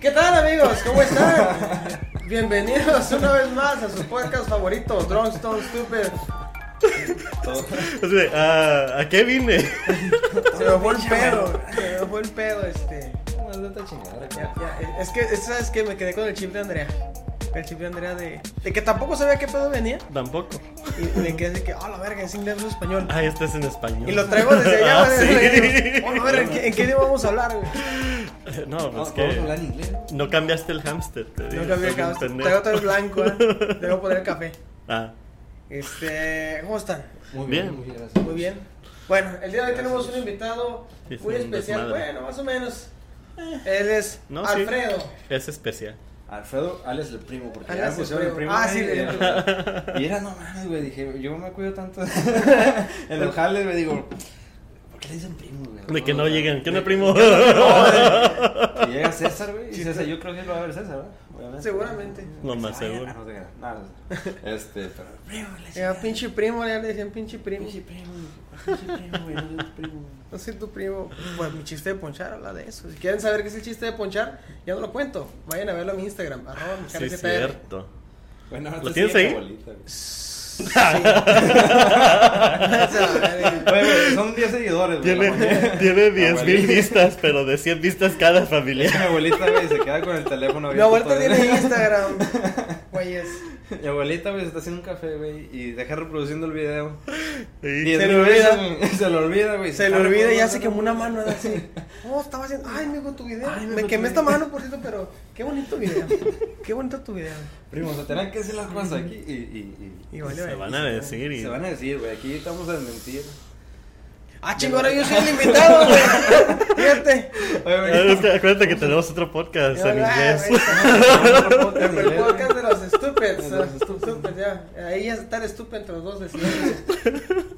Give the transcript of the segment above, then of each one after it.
¿Qué tal amigos? ¿Cómo están? Bienvenidos una vez más a su podcast favorito, Drunk Stone Stupid. Así de, "Ah, ¿A qué vine? Se me fue el pedo, se me fue el pedo este. chingadera. Ya, ya, Es que, es- ¿sabes que Me quedé con el chip de Andrea. El chip de Andrea de, de que tampoco sabía qué pedo venía. Tampoco. Y me quedé así que, ah, la verga, es inglés o español. Ah, este es en español. Y lo traigo desde allá, Ah, güey. sí. Digo, "Oh, a ver, ¿en qué, en qué idioma vamos a hablar, güey? No, pues No, es vamos a hablar que en inglés. no cambiaste el hámster. te digo, No cambié el para café. entender. Traigo todo el blanco, ¿eh? Debo poner el café. Ah, Este, ¿cómo están? Muy Bien. bien, muy bien, gracias. Muy bien. Bueno, el día de hoy tenemos un invitado Sí, es muy un especial. desmadre. Bueno, más o menos. Eh. Él es No, sí. Alfredo. es especial. Alfredo, Alex el primo, porque Alex ya el pusieron el primo. primo. Ah, güey, sí, y el era- Y era, no mames, güey, dije, yo me cuido tanto en el jale, me digo, ¿por qué le dicen primo, güey? De que no güey. lleguen. ¿Qué onda, De- primo? Que llega César, güey, y César, yo creo que lo va a ver César, ¿verdad? Obviamente. Seguramente. Lo más Ay, seguro. No, no, sé qué, no, no sé. Este, pero, primo, le Era pinche primo, ya le decían pinche primo. Pinche primo, pinche primo, güey, no es primo. No sé tu primo. Pues mi chiste de ponchar habla de eso. Si quieren saber qué es el chiste de ponchar, ya no lo cuento. Vayan a verlo en mi Instagram. Arroba mi Sí, cierto. Bueno, ¿Lo antes tienes tenía ahí? mi abuelita, güey. Sí. Oye, güey, son 10 seguidores, güey. Tiene, la mayoría. tiene 10 mil Abuelita. vistas, pero de 100 vistas cada Es que mi familiar. abuelita, güey, se queda con el teléfono Mi abuelita abierto. todo el tiene día. Instagram. Güeyes. Mi abuelita, güey, se está haciendo un café, güey, y deja reproduciendo el video. Sí. Y Se se, le le olvida. olvida. Se le olvida, güey. Se le Claro, olvida y güey, ya no, se no, quemó no. una mano era así. Oh, estaba haciendo. Ay, amigo, tu video. Ay, Me amigo, quemé tu esta video. mano, por cierto, pero qué bonito video. Qué bonito tu video. Primo, se tendrán que decir las cosas aquí y. y, y, Y vale, Se vale. van a decir. Y... Se van a decir, güey, aquí estamos a mentir. Ah, chingo, ahora yo soy el invitado, güey. Fíjate. Oye, Ah, es güey. que acuérdate que tenemos otro podcast en Ah, inglés. güey, En El inglés. podcast de los stupids. De los stupids. Stupids, ya. Ahí ya está el estúpido entre los dos. decidiendo.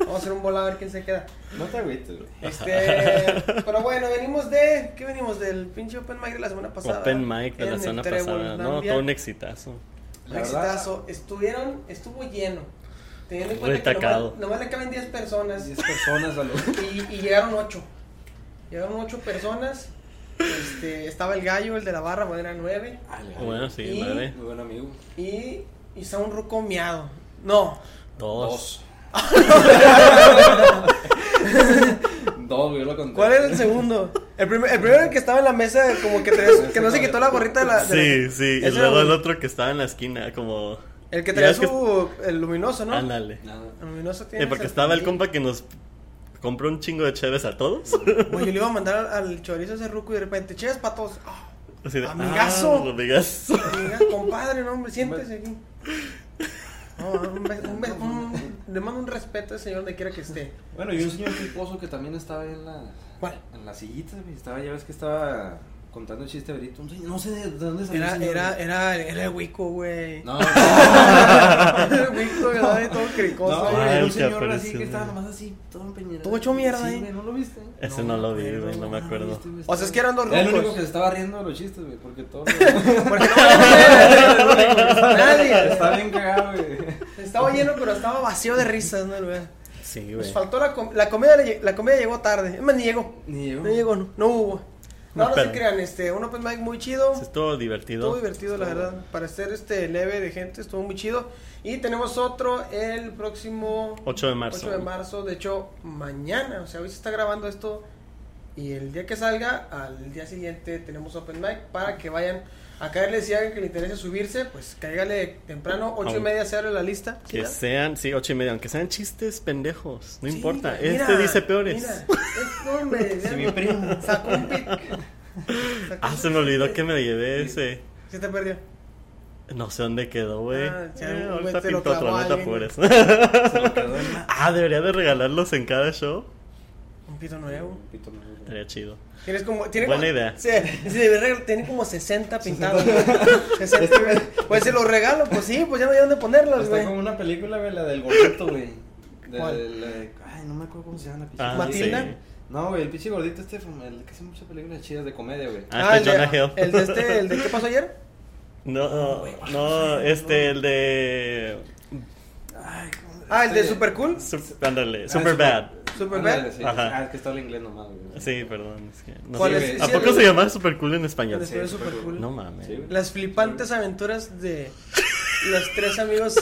Vamos a hacer un volado a ver quién se queda. No te agüites, güey. Este, pero bueno, venimos de. ¿Qué venimos? Del pinche Open Mic de la semana pasada. Open mic de En la el semana pasada. No, Trevolandia. todo un exitazo. Un exitazo. Estuvieron, estuvo lleno. Teniendo en cuenta Retacado. que nomás, nomás le caben 10 personas 10 personas a lo. y, y llegaron 8. Llegaron 8 personas. Este, estaba el gallo, el de la barra, bueno, era 9. Bueno, sí, Y- madre. Muy buen amigo. Y, y está un ruco miado. No, Dos. Dos, güey, yo lo conté. ¿cuál era el segundo? El, primer, el primero que estaba en la mesa, como que, traía- que no se quitó la gorrita de la. de Sí, la- sí. Y Ese luego era el un- otro que estaba en la esquina, como. El que Ya traía es que- su. El luminoso, ¿no? Ándale. Nada. El luminoso tiene. Eh, porque ese- estaba el compa que nos compró un chingo de cheves a todos. Güey, yo le iba a mandar al, al chorizo ese ruco y de repente, cheves para todos. Ah, Así de, Amigazo. "Ah, amigazo. Mira, compadre, no, hombre, siéntese aquí. No, un be- un be- un- le mando un respeto al señor donde quiera que esté. Bueno, y un señor piposo que también estaba ahí en la. ¿Cuál? En las sillitas, güey. Estaba, ya ves que estaba contando el chiste ahorita. Un señor- No sé de dónde salió. el Era, señor, era, güey. era, era el Wico, güey. No, Era el Wico, ¿verdad? Y todo no, cricoso, güey, güey. Ay, era el un que señor así apareció, que estaba güey. nomás así, todo empeñado. Todo hecho mierda, Sí, eh. güey, ¿no lo viste? Ese no lo vi, güey, güey, no me mames, acuerdo. este güey O sea, es que eran dos Era el único rucos. que se estaba riendo de los chistes, güey, porque todo. Porque no nadie, nadie. Está bien cagado, güey. Estaba lleno, pero estaba vacío de risas, ¿no? El lugar. Sí, Nos güey. faltó la, com- la comida, le lle- la comida llegó tarde. Es más, ni llegó. Ni yo. No llegó, no, no hubo. No, No, no se pero- crean, este, un open mic muy chido. Sí, Estuvo divertido. Estuvo divertido, la verdad. Para ser este leve de gente, estuvo muy chido. Y tenemos otro el próximo 8 de marzo. 8 de marzo. De hecho, mañana, o sea, hoy se está grabando esto. Y el día que salga, al día siguiente tenemos Open Mic para que vayan a caerle. Si a alguien que le interese subirse, pues cáigale temprano. 8 y Aún- media se abre la lista. ¿sí, Que verdad? sean, sí, ocho y media, aunque sean chistes pendejos, no Sí, importa. mira, este dice peores. mira, es- no, hombre, Si mi vean, primo. Sacó un pic. Sacó Ah, un se pic. me olvidó que me llevé ese. Se te perdió. No sé dónde quedó, güey. Ah, ya, Eh, güey, ahorita te lo pinto otro, clavó no te alguien, güey. apures. Se lo quedó en la. ah, debería de regalarlos en cada show. Un pito nuevo. Pito, no, güey. Estaría chido. Tienes como, tiene Buena como- idea. Sí, sí, de verdad, tiene como 60 pintados. güey. 60, Este güey- pues se los regalo, pues sí, pues ya no hay dónde ponerlos, Está güey. como una película, güey, la del gordito, güey. De, ¿Cuál? la de- ay, no me acuerdo cómo se llama la pinche. Ah, ¿Matilda? sí. No, güey, el pinche gordito este, el que hace muchas películas chidas de comedia, güey. Ah, este el, de, Jonah Hill. el de este, el de qué pasó ayer. No, no, este, el de. Ay, ¿cómo se- Ah, el de este- Super Cool. Sup- Ándale, Ah, super bad. Super Ándale, bad. sí. Ajá. Ah, es que está el inglés nomás, güey. Sí, perdón. es que no ¿Cuál sé. es? ¿A Sí, poco el- se llama super cool en español? El español Sí, super Super cool. Cool. No mames. Sí. Las flipantes aventuras de los tres amigos.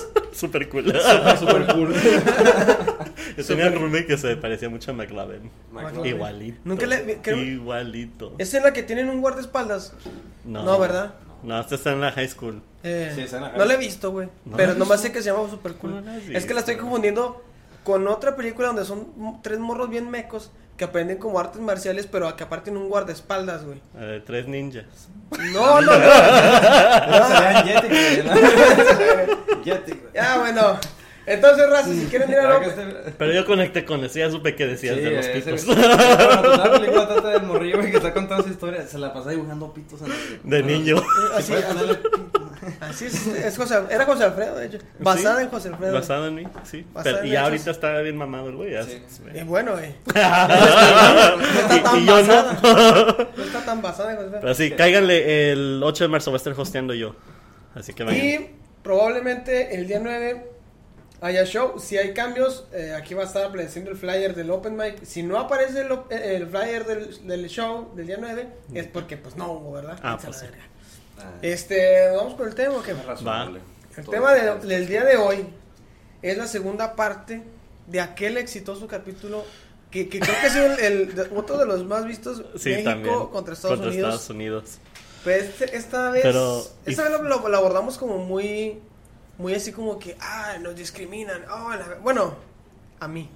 Super cool. Super cool. Yo tenía un roommate que se parecía mucho a McLaren. Ok. Igualito. Nunca le- creo- Igualito. ¿Esa es la que tienen un guardaespaldas? no, ¿verdad? No, esta está en la high school. Eh, Sí, esa es la- no la he visto, güey. ¿No la pero has nomás visto? sé que se llama Super Cool. No la has es que la estoy visto. confundiendo con otra película donde son m- tres morros bien mecos que aprenden como artes marciales, pero que aparte tienen un guardaespaldas, güey. Eh, tres ninjas. No, no, no. Salían Jetix, güey, ¿no? Jetix, güey. Ya, bueno. Entonces, raza, si quieren ir a Claro que López. este- Pero yo conecté con eso, ya supe que decías de los eh, ese- pitos. Bueno, pues, la película trata del morrillo güey, que está contando su historia. Se la pasa dibujando pitos. en el- De niño. Así, Puede ponerle pito. así es, este, es José, era José Alfredo, de hecho. Basada Sí, en José Alfredo. Basada en mí, sí. Basada Pero- en y ya hechos. ahorita está bien mamado el güey. ya Sí. se- Es bueno, güey. No está y, tan y yo basada. no. No está tan basada en José Pero Alfredo. así, cáiganle el 8 de marzo, va a estar hosteando yo. Así que vayan. Y probablemente el día 9 haya show. Si hay cambios, eh, aquí va a estar apareciendo el flyer del Open Mic. Si no aparece el, op- eh, el flyer del, del show del día 9, es porque pues no hubo, ¿verdad? Mm. Ah, Esa pues la sí. verga. Ah, Este, vamos con el tema, o qué? tienes razón, Va. güey. El Todo tema de- bien. del día de hoy es la segunda parte de aquel exitoso capítulo que, que creo que ha sido el, el- de- otro de los más vistos. Sí, México también. contra Estados Unidos. Estados Unidos. Pero este- esta vez, Pero- esta vez lo, lo- lo abordamos como muy, muy así como que, ah, nos discriminan. ah, la- bueno, a mí,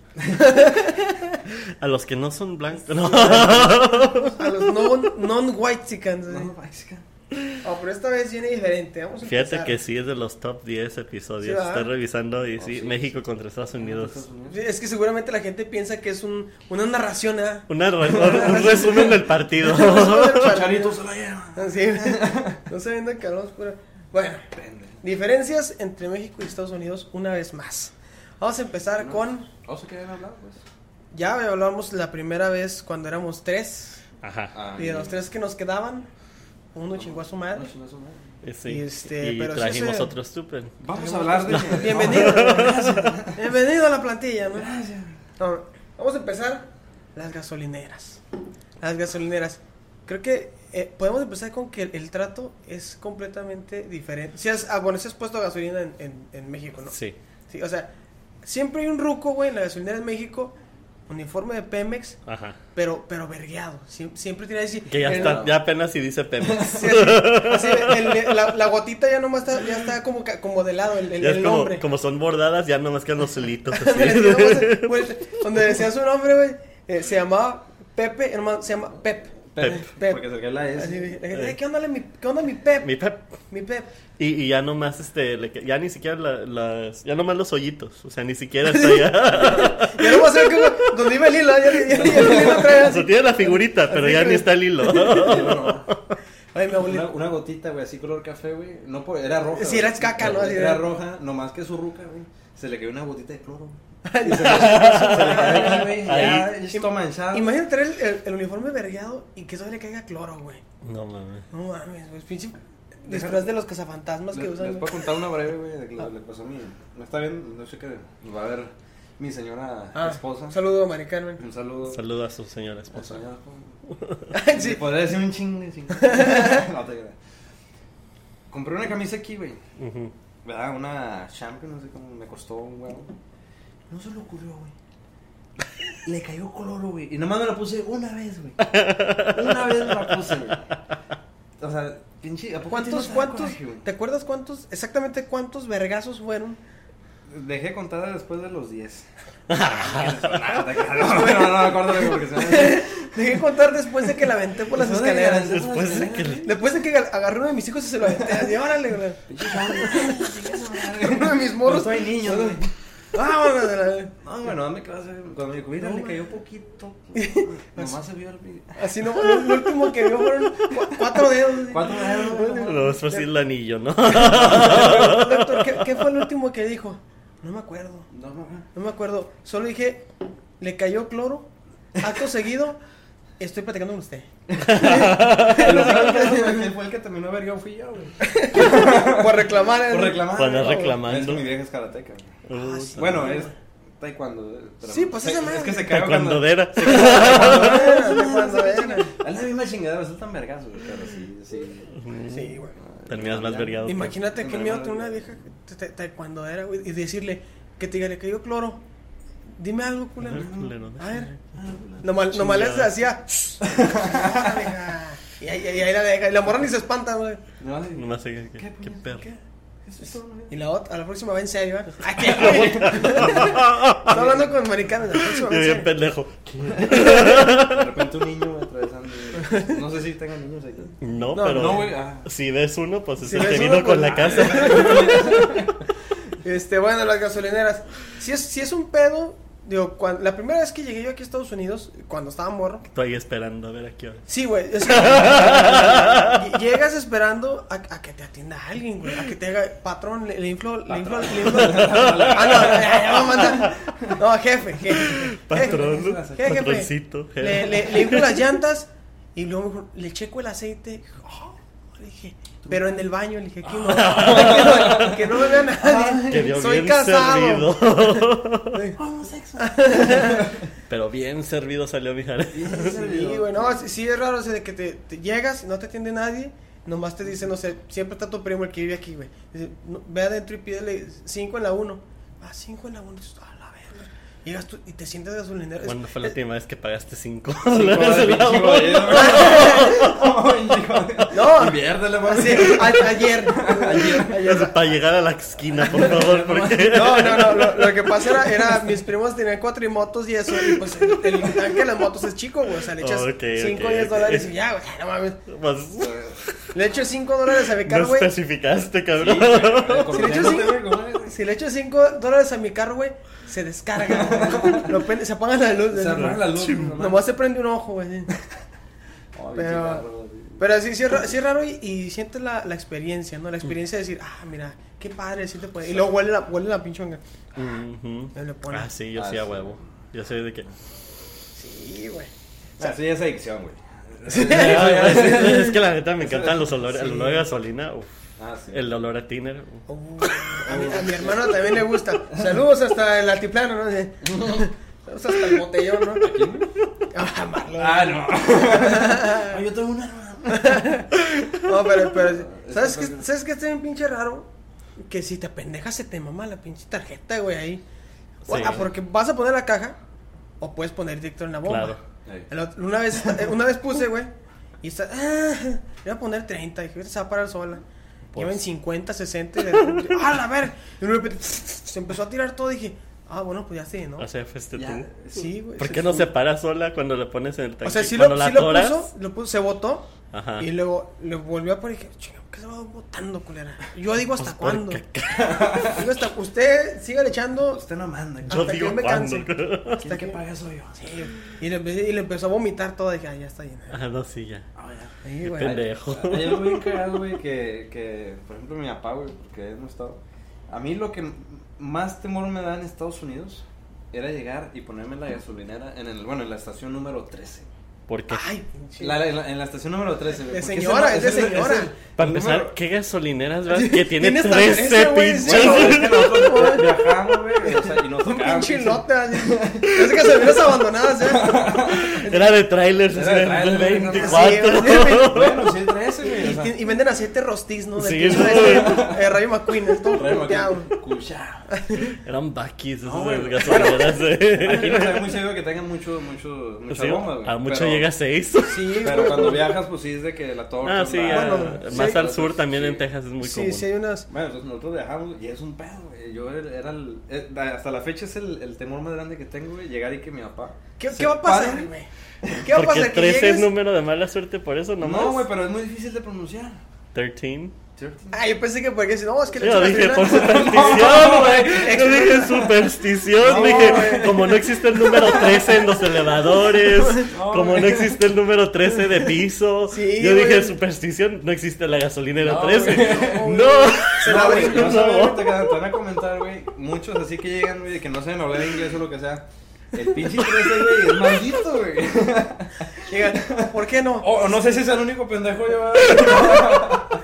A los que no son blancos. No. a los non-white chicans. No, Mexica. pero esta vez viene diferente. Vamos a Fíjate empezar. que sí es de los top 10 episodios. Sí, ¿verdad? Estoy revisando y Oh, sí, sí. México contra Estados Unidos. Estados Unidos. Es que seguramente la gente piensa que es un, una narración, ¿ah? Una, re- un resumen del partido. Chicharito se la lleva. Ah, Sí, no se venden calor pura. Bueno, Depende. diferencias entre México y Estados Unidos una vez más. Vamos a empezar con, ¿O se quieren hablar, pues? ya hablamos la primera vez cuando éramos tres. Ajá. Ah, Y de los tres que nos quedaban, uno no, chingó a su no, madre. chingó a su madre. Sí. Y Y, este, pero sí trajimos se- otro stupid. Vamos a hablar de... Bienvenido. Bienvenido a la plantilla, ¿no? No, Vamos a empezar las gasolineras. Las gasolineras. Creo que eh, podemos empezar con que el, el trato es completamente diferente. Si has, ah, bueno, si has puesto gasolina en, en- en México, ¿no? Sí. Sí, o sea, siempre hay un ruco, güey, en la gasolinera en México, uniforme de Pemex, Ajá. pero, pero vergueado. Siem- siempre tiene así. Que ya, el- está, ya apenas si dice Pemex. Sí, así, así, el- la, la gotita ya nomás está, ya está como, ca- como de lado el, el- Ya es el como, nombre. como son bordadas, ya nomás quedan los hilitos Así, nomás, así. güey, donde decía su nombre, güey, eh, se llamaba Pepe, hermano, se llama Pep. Pep. Pep. Porque acerqué la S. Así, güey, la gente, "Eh, ¿qué onda mi, qué onda mi Pep? Mi Mi, pep. Pep. Y, y ya nomás, este, le que- ya ni siquiera la- las, ya nomás los hoyitos, o sea, ni siquiera está allá. Ya no sé que donde iba el hilo, ya, ya- ya- ya el hilo trae O así. sea, tiene la figurita, pero Así ya que- ni está el hilo. Ay, mi Una, abuelito. una gotita, güey, así color café, güey. No, por- era roja. Sí, güey. era caca, ¿no? Así Era de- roja, nomás que su ruca, güey. Se le cayó una gotita de cloro, güey. Y se le, se le cayó aquí, güey. Ya, Ahí. esto manchado. Imagínate traer el, el- el uniforme vergueado y que eso le caiga cloro, güey. No mames. No mames, güey. Pinche disfraz de los cazafantasmas que Les, les usan. puedo contar una breve, güey, de que le- le pasó a mi. No está bien, no sé qué. Va a ver mi señora Ah, esposa. Un saludo a Mari Carmen. Un saludo. Saluda a su señora A esposa. su señora, güey. Sí. sí. Podría decir un chingue, chingue. no te creas. Compré una camisa aquí, güey. Ujú. ¿Verdad? Una champion, no sé cómo me costó un huevo. No se le ocurrió, güey. Le cayó color, güey. Y nomás me la puse una vez, güey. Una vez me la puse, güey. O sea, pinche. ¿a poco ¿Cuántos, tienes cuántos? coraje, güey? ¿Te acuerdas cuántos, exactamente cuántos vergazos fueron? Dejé contada después de los 10. no, no, no me acuerdo, güey, porque se me. Dejé contar después de que la aventé por las escaleras. Después de que le- Después de que agarré uno de mis hijos y se lo aventé. Así, órale, güey. Pinche champion. Uno de mis morros. No soy niño, Uno- güey. Vámonos de la- No, bueno, dame clase. Cuando me dijo, mira, le cayó poquito. Nomás se vio Ah, el video. Así no, lo, lo último que vio fueron cu- cuatro dedos. Cuatro dedos, güey, como- No, es fácil el anillo, ¿no? Doctor, ¿qué, qué fue el último que dijo? No me acuerdo. No, no, no. No me acuerdo. Solo dije, le cayó cloro. Acto seguido, Estoy platicando con usted. Lo peor que es, güey, que fue el que terminó vergueo fui yo, güey. Por reclamar. Por reclamar. Por andar güey. reclamando. Es que mi vieja es karateca. güey. Uh, sí. Bueno, es taekwondo. pero- Sí, pues se- esa madre. Es que se cae cuando... Taekwondodera. Taekwondodera, taekwondodera. Es la misma chingadera, es tan vergazo, güey, pero sí, sí. Sí, güey. Terminas más Ya. vergado. Imagínate qué Hombre, miedo madre. tener una vieja que te- te- cuando era, güey, y decirle que te diga, le cayó cloro. Dime algo, A culero. ver, culero, A ver. Ah, güey. Nomás, nomás les Chingada. hacía. y, ahí, y ahí la deja. Y la morra ni se espanta, güey. No, vale. Nomás sé que- ¿Qué, que qué puñet- perro. qué? ¿Eso es todo, güey? Y la otra, a la próxima va en serio, ¿verdad? ¿A qué, güey? Está hablando con maricanos. La próxima Yo va en bien serio. pendejo. De repente un niño güey, atravesando. güey. No sé si tengan niños ahí. No, No, pero no, güey, ah. si ves uno, pues es Si el ves que uno, vino pues, con la ah. casa. Este, bueno, las gasolineras. Si es, si es un pedo, digo, cuan- la primera vez que llegué yo aquí a Estados Unidos, cuando estaba morro. Tú ahí esperando a ver a qué hora. Sí, güey. es que- ll- llegas esperando a, a que te atienda alguien, güey. A que te haga patrón, le, le inflo, le inflo, le inflo. ah, no, ya, ya me mandan. No, jefe, jefe, jefe. Patrón, ¿qué ¿no? jefe? patroncito. jefe. Le, le, le inflo las llantas y luego me dijo, le checo el aceite. Oh, le dije, pero en el baño, le dije, aquí no. que no, que no me vea nadie. Que dio Soy bien casado. servido. Homosexual. pero bien servido salió mi jale. Sí, güey, no, sí, sí es raro, o sea, de que te, te llegas y no te atiende nadie, nomás te dicen, no sé, siempre está tu primo el que vive aquí, güey. Dice, no, ve adentro y pídele 5 en la 1. Ah, 5 en la 1, dices, a la verga. Llegas tú y te sientes de gasolinero. es- ¿Cuándo fue la es- última vez que pagaste 5 Hijo dólares de en la pinche hora? jodido, güey. Ay, hijo de- No. Inviértele, güey. Así, a- ayer. ayer. Eso, Para llegar a la esquina, por favor, porque... No, no, no, lo, lo que pasa era, era, mis primos tenían cuatrimotos y eso, y pues el, el tanque de las motos es chico, güey, o sea, le echas 5 Ok, o ok, 10 ok. dólares y ya, güey, no mames. Pues, Le echo 5 dólares a mi carro, no güey, especificaste, cabrón. Si le echo Cortándote, cinco- güey, ¿cómo es? Si le echo 5 dólares a mi carro, güey, se descarga. güey. Lo prende- se apaga la luz. Se güey. apaga la luz. Chim. nomás. Nomás se prende un ojo, güey. Ay, Pero- cigarro, güey. Pero sí, sí, es, ra- sí es raro y, y sientes la, la experiencia, ¿no? La experiencia de decir, ah, mira, qué padre, sí te puede. Y luego huele la, huele la pinchonga. Ujú. Me lo pone. Ah, sí, yo sí Ah, a sí. huevo. Yo sé de que... Sí, güey. O sea, sí, es adicción, güey. Ay, güey, Ah, es, es que la neta me encantan los olores, el Sí. olor a gasolina, uf, Ah, sí. Ah, el olor a tiner. uf. Uh, a, mi, a mi hermano también le gusta. Saludos hasta el altiplano, ¿no? Sí. Saludos hasta el botellón, ¿no? Ah, Marlon. Ah, no. Ay, yo tengo una hermana. No, pero, pero Está ¿sabes qué, padre. ¿sabes qué está bien pinche raro? Que si te pendejas se te mama la pinche tarjeta, güey, ahí. O- Sí. ah, porque vas a poner la caja o puedes poner directo en la bomba. Claro. El otro- Una vez, eh, una vez puse, güey, y está, ah, le voy a poner 30, dije, ahorita se va a parar sola. Pues. Lleva en 50, 60 y de repente, ¡ah, la ver! Y de repente se empezó a tirar todo, dije, ah, bueno, pues ya sí, ¿no? O sea, fuiste Ya, tú. Sí, güey. ¿Por sí, qué no se para sola cuando la pones en el tanque? o sea, sí cuando lo, sí la lo atoras? puso, lo puso, se votó. Ajá. Y luego le volvió a poner y dije, "Chinga, ¿qué se va votando, culera? Yo digo hasta Pues, cuándo. porque Digo hasta, usted siga echando Usted no manda. Yo hasta que digo yo me canse. cuándo. Hasta ¿Quién que- que paga soy yo? Sí, y, le empecé- y le empezó a vomitar todo. Dije, ah, ya está llena. Ah, no, sí, ya. Ah, ya. Sí, Qué güey. pendejo. Hay algo bien cagado, güey, que, que, por ejemplo, mi papá, güey, porque hemos estado. A mí lo que más temor me da en Estados Unidos era llegar y ponerme la gasolinera en el, bueno, en la estación número 13. Porque, Ay, pinche. La- la- la- en la estación número 13, güey. De porque ese señora, no- es de ese señora. es el- para el empezar, número- ¿qué gasolineras vas que tiene Tiene esta 13 diferencia, güey, sí. pinches? Bueno, es que nosotros viajamos, güey, o sea, y nos un tocaba, pinche güey, lote. así. Es que se vieron abandonadas, ¿eh? Era de trailers, Era de era de trailers, güey, no 24. sé. Bueno, sí, el 13, güey. o sea, Y, y venden aceite rostiz, ¿no? De Sí, pinche no, de- güey. eh, Rayo McQueen, es todo traemos puteado. aquí, cuchao. Eran baquis esas No, güey. gasolineras. Aquí no eh. se ve muy seguido que tengan mucho, mucho, mucha Sí, bomba, güey. a mucho pero- llega 6. Sí, Pero güey. cuando viajas, pues sí es de que la torta. Ah, sí, la- ya. Bueno, más sí. al sur también Sí. en Texas es muy Sí, común. sí, hay unas. Bueno, entonces nosotros viajamos y es un pedo, güey. Yo era era el, eh, hasta la fecha es el, el temor más grande que tengo, güey, llegar y que mi papá. ¿Qué, se qué va a pasar, pare. güey? ¿Qué va a Porque pasar? Que 13 es llegues- número de mala suerte, por eso nomás. No, güey, pero es muy difícil de pronunciar. 13. Ah, yo pensé que porque si no, es que le Yo echan dije, gasolina. por superstición, güey. Yo dije, No, superstición. Dije, güey. como no existe el número 13 en los elevadores, No, como güey. no existe el número 13 de piso. Sí, yo dije, güey. superstición, no existe la gasolinera No, 13. güey. No. Se la no, güey, brinco, no no. saben, ahorita que te van a comentar, güey. Muchos así que llegan, güey, de que no saben hablar inglés o lo que sea. El pinche 13, güey, es maldito, güey. Digan, ¿por qué no? Oh, O o no sé si es el único pendejo yo.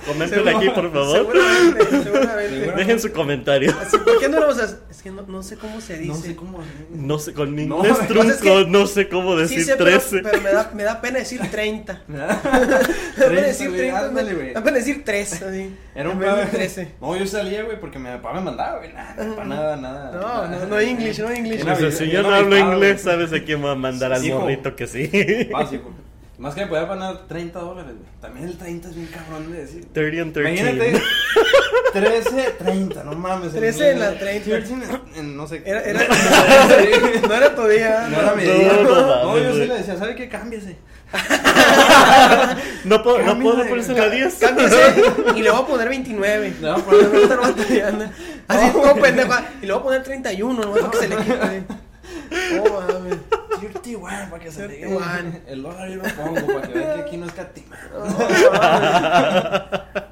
Coméntenle aquí, por favor. Seguramente, seguramente. Seguramente. Dejen su comentario. Así, ¿Por qué no lo usas? Es que no, no sé cómo se dice. No sé cómo. No sé, con No, inglés pues es trunco, que- no sé cómo decir sí sé, pero- 13. Pero, me, da, me da pena decir 30. Me da pena decir 30. Me Ándale, me güey. da pena decir 3. Así. Era un Me da pena pedo. decir 13. No, yo salía, güey, porque mi papá me mandaba, güey. Nada, para nada, nada. No, no, no English, no English. Era O sea, si yo Era no hablo avisado, inglés, güey. ¿sabes a quién va a mandar al Hijo. morrito que sí? Fácil, güey. Más que me podía ganar 30 dólares, güey. También el 30 es bien cabrón de decir. 30 and 13. Imagínate. 13, 30, no mames. 13 en la 30. inglés. 13 en- en no sé qué. Era, era, Sí. no era tu día. No era mi No, día. no mames, No, yo sí güey. le decía, ¿sabe qué? Cámbiese. No puedo, Ah, no Cámbiale, puedo ponerse la 10. Cámbiese y le voy a poner 29. Le voy a Para poner- no estar batallando. Así todo pendejo. Y le voy a poner 31, nomás para que se le quite. Oh, mames. 31, para que se le 31. El dólar yo lo pongo, para que vean que aquí no es catima. Oh, mames.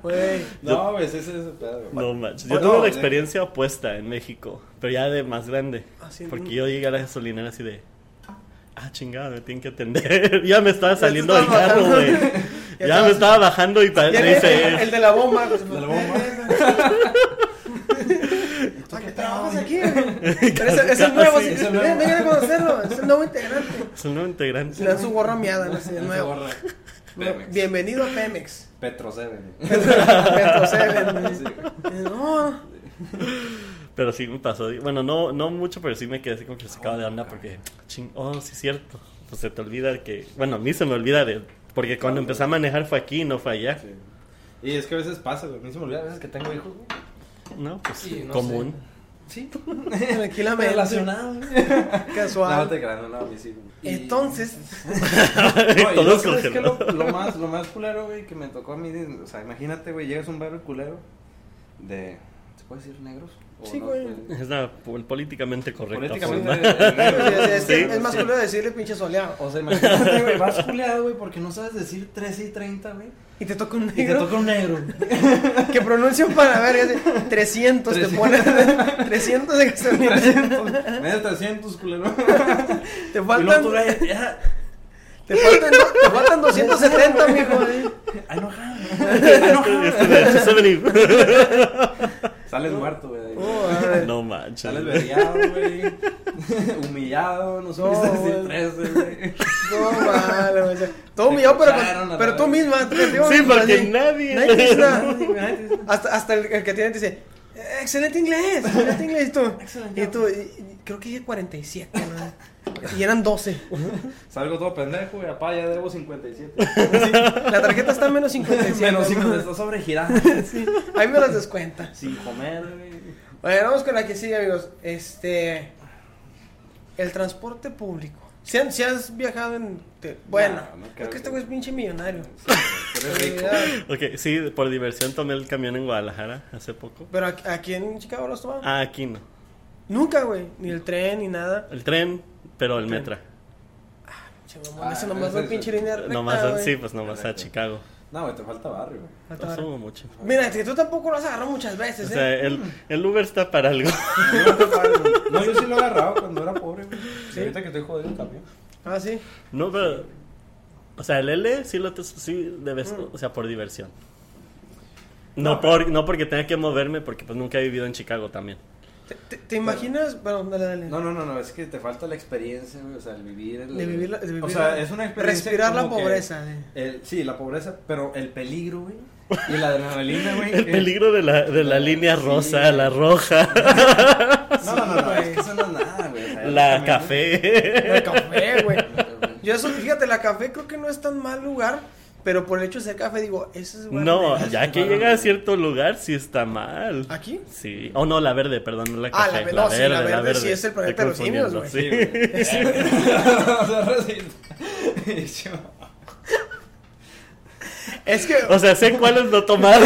Güey. No, güey, ese es ese pedo. güey. No manches. Oh, Yo tuve la no, eh. de- experiencia opuesta en México, pero ya de más grande. Ah, sí, porque no. yo llegué a la gasolinera así de. Ah, chingada, me tienen que atender. ya me estaba Ya te saliendo del estabas carro, bajando. güey. Ya Ya, estabas- me estaba bajando y pa- Ya me el, el dice. de la bomba. pues, De la bomba. ¿Para qué trabajas aquí? Pero ese, ese es nuevo, sí, sí. Ah, ese es Ven, nuevo. ven a conocerlo. Es el nuevo integrante. Es un nuevo integrante. Le dan su gorra meada. ¿no? Sí, Se el nuevo. borra. Pemex. Bienvenido a Pemex. Petro Seven. Petro Seven, güey. Sí, No, Pero sí me pasó. Bueno, no, no mucho, pero sí me quedé así como que se acaba de onda porque. Ching, oh, sí, es cierto. Pues se te olvida que. Bueno, a mí se me olvida de. Porque Ah, cuando empecé a manejar fue aquí, no fue allá. sí. Y es que a veces pasa, güey. A mí se me olvida a veces que tengo hijos, güey. No, pues Sí, no común. Sí. tranquilamente. Relacionado, güey. No, te Casual. creas, no, no, mis hijos. Y- Entonces, No, y Todos no, ¿sabes qué? congelados. lo, lo más, lo más culero, güey, que me tocó a mí, o sea, imagínate, güey, llegas a un barrio culero de, ¿se puede decir negros? O Sí, no, güey. Es una pol- políticamente correcta. Políticamente forma. de- de negros, es, es- sí. es más culo decirle pinche soleado. O sea, imagínate, güey, vas culeado, güey, porque no sabes decir 13 y 30, güey. Y te toca un Y te negro toca un negro. que pronuncia un ver 300 te ponen 300 de gasolina. 300, medio 300, culero. Te Y luego faltan, tú, güey, ya, te faltan, te faltan 270, mijo. ay, no, ja, ay, no, ja. Este de 270. Sales muerto, güey. de ahí, güey. Oh, a ver. No manches. Sales veriado, güey. Humillado, no supiste No, decir güey. 13, güey. No, malo, o sea, todo humillado, pero, con- cacharon a la pero tú vez. misma. te digo, Sí, porque así, nadie- Nadie te dice nada. Imagínate, Hasta, hasta el, el que tiene te dice, "Eh, excelente inglés, excelente inglés. Y tú, Excelente. y tú y- y creo que dije 47, ¿no? Y eran 12. Salgo todo pendejo y apá ya debo 57. La tarjeta está en menos 57. Menos 5 ¿no? me está sobregirando. Sí, ahí me las descuenta. Sin comer, güey. Bueno, vamos con la que sigue, amigos. Este. El transporte público. Si, han- si has viajado en. te- bueno, No, no es creo que este que- güey es pinche millonario. Pero es rico. Ok, sí, por diversión tomé el camión en Guadalajara hace poco. Pero aquí, aquí en Chicago los tomaban. Ah, aquí no. Nunca, güey. Ni el tren, ni nada. El tren, pero el tren. metra. Che, mamón, Ah, eso nomás ese va es- pinche línea recta, Nomás, a- güey. sí, pues nomás a Correcto. Chicago. No, güey, te falta barrio, güey. Falta No ver. subo mucho. Mira, que tú tampoco lo has agarrado muchas O veces, sea, ¿eh? el, el Uber está para algo. No, te falta, güey. No, yo sí lo agarraba cuando era pobre, güey. Y Ahorita que estoy jodido también. Ah, sí. No, pero. O sea, el L sí lo te- sí debes. Mm. O sea, por diversión. No, por, no porque tenga que moverme, porque pues nunca he vivido en Chicago también. ¿Te, te- te imaginas? Bueno, dale, dale. No, no, no, no, es que te falta la experiencia, güey. O sea, el vivir. El, De vivir la- de vivir o sea, la- es una experiencia. respirar la como que- pobreza, eh. güey. el- sí, la pobreza, pero el peligro, güey. Y la adrenalina, güey. eh, El Eh, que- peligro de la, de la línea Sí. rosa, la roja, No, no, no, no, es que eso no es nada, güey. o sea, la también- café. El café, güey. Yo eso, fíjate, la café creo que no es tan mal lugar, pero por el hecho de ser café, digo, ese es lugar No, de- ya que Bueno, llega a güey. cierto lugar, sí está mal. ¿Aquí? Sí. Oh, no, la verde, perdón, no la Ah, la café. la, ve- verde, no, la sí, verde, la verde sí es el planeta Estoy de los simios, confundiendo, güey. sí. Sí, güey. O sea, recién- Es que, O sea, sé cuáles no tomar.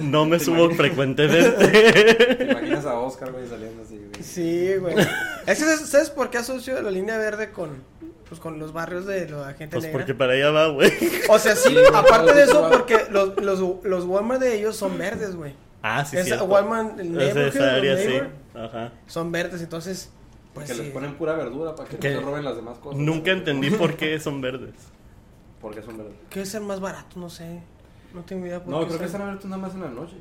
no me ¿Te subo imaginas? frecuentemente. Te imaginas a Oscar, güey, saliendo así, güey. sí, güey. Es que, ¿sabes- ¿sabes por qué asocio la línea verde con, pues, con los barrios de la gente pues negra? porque para allá va, güey. O sea, sí, Sí, güey, aparte todo de eso eso, va- porque los, los, los Walmart de ellos son verdes, güey. Ah, sí, Esa cierto. Walmart, el Es neighborhood, esa área, el sí. neighbor, Ajá. Son verdes, entonces Pues que sí. les ponen pura verdura para que Que Pues no te roben las demás cosas. Nunca entendí por qué son verdes. Porque son verdes. ¿Qué es el más barato? No sé. No tengo idea. por No, qué creo que sale. están abiertos nada más en la noche.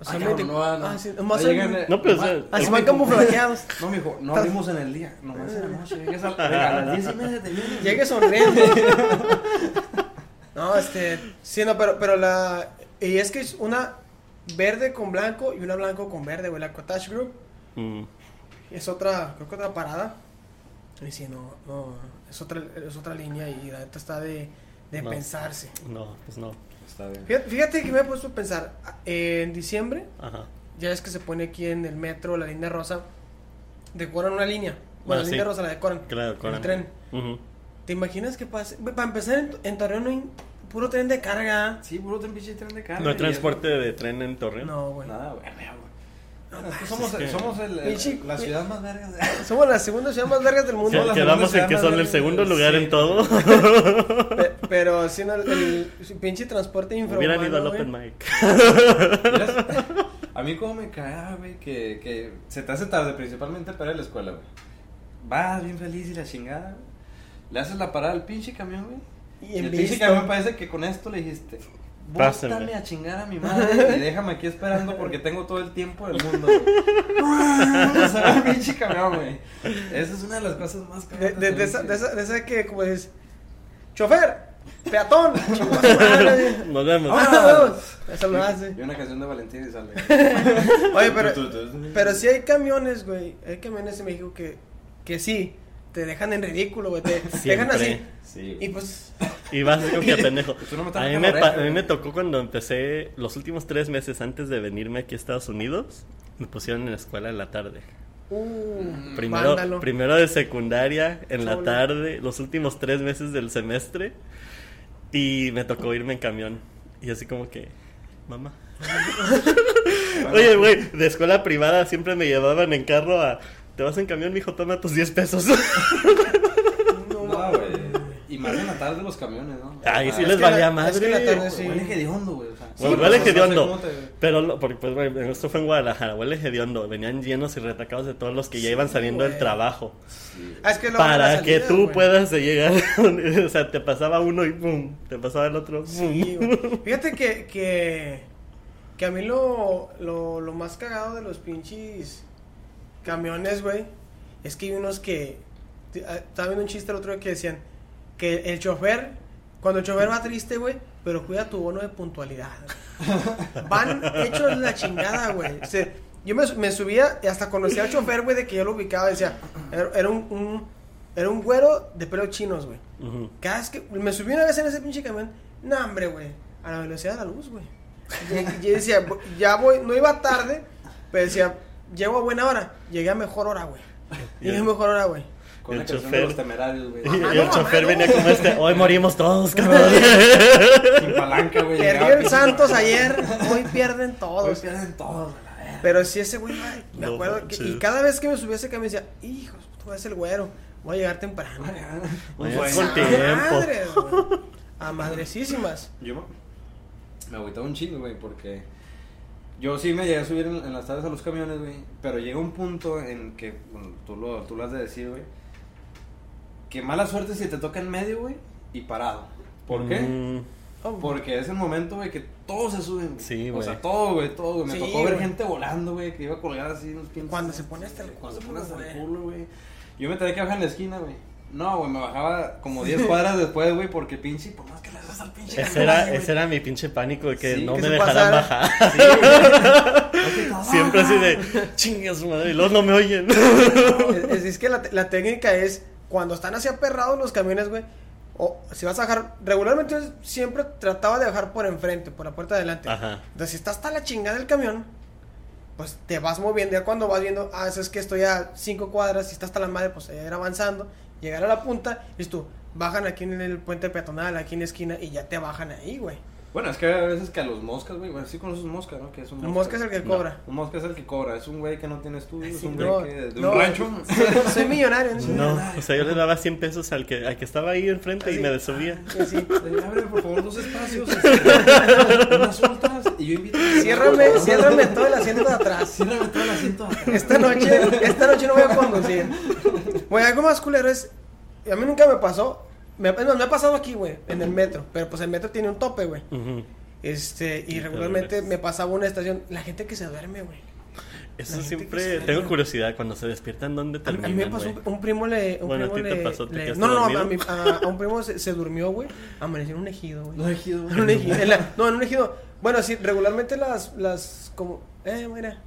O sea, Ah, veinte- cabrón, no, ah, no. ah, sí, No más llegan, en- eh, No, pero, o sea, nomás- Ah, se no- van camuflajeados. No, mijo, no abrimos en el día, nomás en la noche. Llegues a, venga, a las 10 y media te vienes. Llegue sonriente. no, este. Sí, no, pero, pero la. Y es que es una verde con blanco y una blanco con verde, güey. La Cottage Group Mm. es otra, creo que otra parada. Y sí, no, no. Es otra, es otra línea y la neta está de, de No. pensarse. No, pues no. Está bien. Fíjate, fíjate que me he puesto a pensar. ah, En diciembre, Ajá. ya es que se pone aquí en el metro la línea rosa. Decoran una línea. Bueno, la Ah, sí. línea rosa la decoran. Claro, El tren. Ujú. ¿Te imaginas que pase? Ve, Para empezar, en, en Torreón no hay puro tren de carga. Sí, puro tren pinche tren de carga. ¿No hay y transporte de tren en Torreón? No, eso- güey. Nada, güey. mira, güey. Nosotros es que- somos, somos el, el- pues, Pinche- la ciudad más verga. de- Somos la segunda ciudad más largas del mundo. Que- la quedamos segunda en que ciudad más son el verde- segundo lugar sí. en todo. Pe- pero si no, el, el pinche transporte infrahumano, Hubieran ido al güey. open mic. Miras, A mí como me cagaba, güey, que, que se te hace tarde, principalmente para ir a la escuela, güey. Vas bien feliz y la chingada, güey. Le haces la parada al pinche camión, güey. Y Y en el pinche visto. camión parece que con esto le dijiste, Pásenme. bótame a chingar a mi madre y déjame aquí esperando porque tengo todo el tiempo del mundo, güey. O sea, el pinche camión, güey. Esa es una de las cosas más De, caras. de, de esa, de, esa, de esa que, como dices, chofer, peatón, chingada su madre. Nos vemos. Vámonos, vámonos. Eso lo hace. Y una canción de Valentín y sale. Oye, pero, pero sí hay camiones, güey. Hay camiones en México que, que sí, te dejan en ridículo, güey. Te dejan Siempre. así. Sí, Y güey. pues, Y vas así como que pendejo. Pues tú no me estás A mí sacando me, pa- oreja, a mí me güey. tocó cuando empecé, los últimos tres meses antes de venirme aquí a Estados Unidos, me pusieron en la escuela en la tarde. uh, vándalo. Primero, primero de secundaria, en la Chole. tarde, los últimos tres meses del semestre. Y me tocó irme en camión. Y así como que, mamá. pues, Oye, güey, de escuela privada siempre me llevaban en carro a, te vas en camión, mijo, toma tus 10 pesos. No, No, güey. Y más en la tarde los camiones, ¿no? Ay, sí es les que la- valía es que madre. la tarde Sí. Huele hediondo, güey. O sea, Bueno, huele pues, no sé hediondo. cómo te- Pero, lo- porque, pues, bueno, esto fue en Guadalajara, huele hediondo. Venían llenos y retacados de todos los que ya iban saliendo del güey. trabajo. Ah, es que luego para la que salida, tú güey. puedas llegar. o sea, te pasaba uno y pum, te pasaba el otro. Sí, Pum. güey. Fíjate que, que, que a mí lo, lo, lo más cagado de los pinches camiones, güey, es que hay unos que. t- ah, Estaba viendo un chiste el otro día que decían que el chofer, cuando el chofer va triste, güey, pero cuida tu bono de puntualidad. Van hechos la chingada, güey. O sea, yo me, su- me subía y hasta conocía al chofer, güey, de que yo lo ubicaba. Decía, era, era un, un- era un güero de pelos chinos, güey. Ujú. Ah, Cada vez que me subí una vez en ese pinche camión, no, hombre, güey, a la velocidad de la luz, güey. Y- y Yo decía, "Bu- ya voy, no iba tarde, pero decía, llego a buena hora, llegué a mejor hora, güey. Llegué a mejor hora, güey. Con El la canción de chofer. los temerarios, güey. Y, Mamá, y el no, chofer mamá, venía no. como este, hoy morimos todos, cabrón. Sin palanca, güey. Perdió llegaba el Santos ayer, hoy pierden Hoy todos. pierden todos, a la verga. Pero si ese güey, güey, me No acuerdo que, y manches. cada vez que me subí a ese camión decía, hijos, tú eres el güero, voy a llegar temprano. Oye, Bueno. con tiempo. Madres, güey. A madrecísimas. Yo me- me agüitaba un chingo, güey, porque yo sí me llegué a subir en, en las tardes a los camiones, güey, pero llega un punto en que, bueno, tú lo, tú lo has de decir, güey, que mala suerte si te toca en medio, güey, y parado. ¿Por qué? Mm, Oh, Porque es el momento, güey, que todos se suben. güey. Sí, O güey. sea, todo, güey, todo, güey. Me Sí, tocó ver güey. gente volando, güey, que iba colgada así unos pinches. Cuando se pone hasta el Cuando se culo, pone hasta el güey. culo, güey. Yo me tenía que bajar en la esquina, güey. No, güey, me bajaba como 10 cuadras después, güey, porque pinche, por más que le hagas al pinche. Ese camión, era, güey, ese era mi pinche pánico de que Sí, no que me se dejaran pasara. bajar. Sí, güey. Siempre así de, chingas madre, y los no me oyen. Es, es- es que la, la técnica es cuando están así aperrados los camiones, güey. O si vas a bajar, regularmente yo siempre trataba de bajar por enfrente, por la puerta de adelante. Ajá. Entonces, si está hasta la chingada del camión, pues te vas moviendo. Ya cuando vas viendo, ah, eso es que estoy a cinco cuadras, si está hasta la madre, pues ya ir avanzando, llegar a la punta, y tú, bajan aquí en el puente peatonal, aquí en la esquina, y ya te bajan ahí, güey. Bueno, es que a veces que a los moscas, güey, bueno, sí conoces un mosca, ¿no? Que es un El mosca es el que No. cobra. Un mosca es el que cobra, es un güey que no tiene estudios, es un güey No, que de no, un rancho. Soy, soy millonario, No, o sea, yo le daba 100 pesos al que, al que estaba ahí enfrente y Así. me desubía. Sí, sí. Abre, por favor, dos espacios. este, Unas sueltas y Y yo invito. Ciérrame, ciérrame todo el asiento de atrás. Ciérrame todo el asiento de atrás. Esta noche, esta noche no voy a conducir. Güey, algo más culero es. A mí nunca me pasó. Me, es más, me ha pasado aquí, güey, en el metro. Pero pues el metro tiene un tope, güey. Ujú. Este, y te regularmente duermes. me pasaba una estación. La gente que se duerme, güey. Eso La gente que se siempre. duerme. Tengo curiosidad cuando se despiertan, A, ¿dónde mí- terminan? a mí me pasó un, güey? un primo le. Un Bueno, a primo ti le- te pasó, te le- quedaste No, no, no. A, dormido. mi- a- a un primo se, se durmió, güey. Amaneció en un ejido, güey. Los ejidos. En un ejido, en la- no, en un ejido. Bueno, sí, regularmente las, las, como, eh, mira,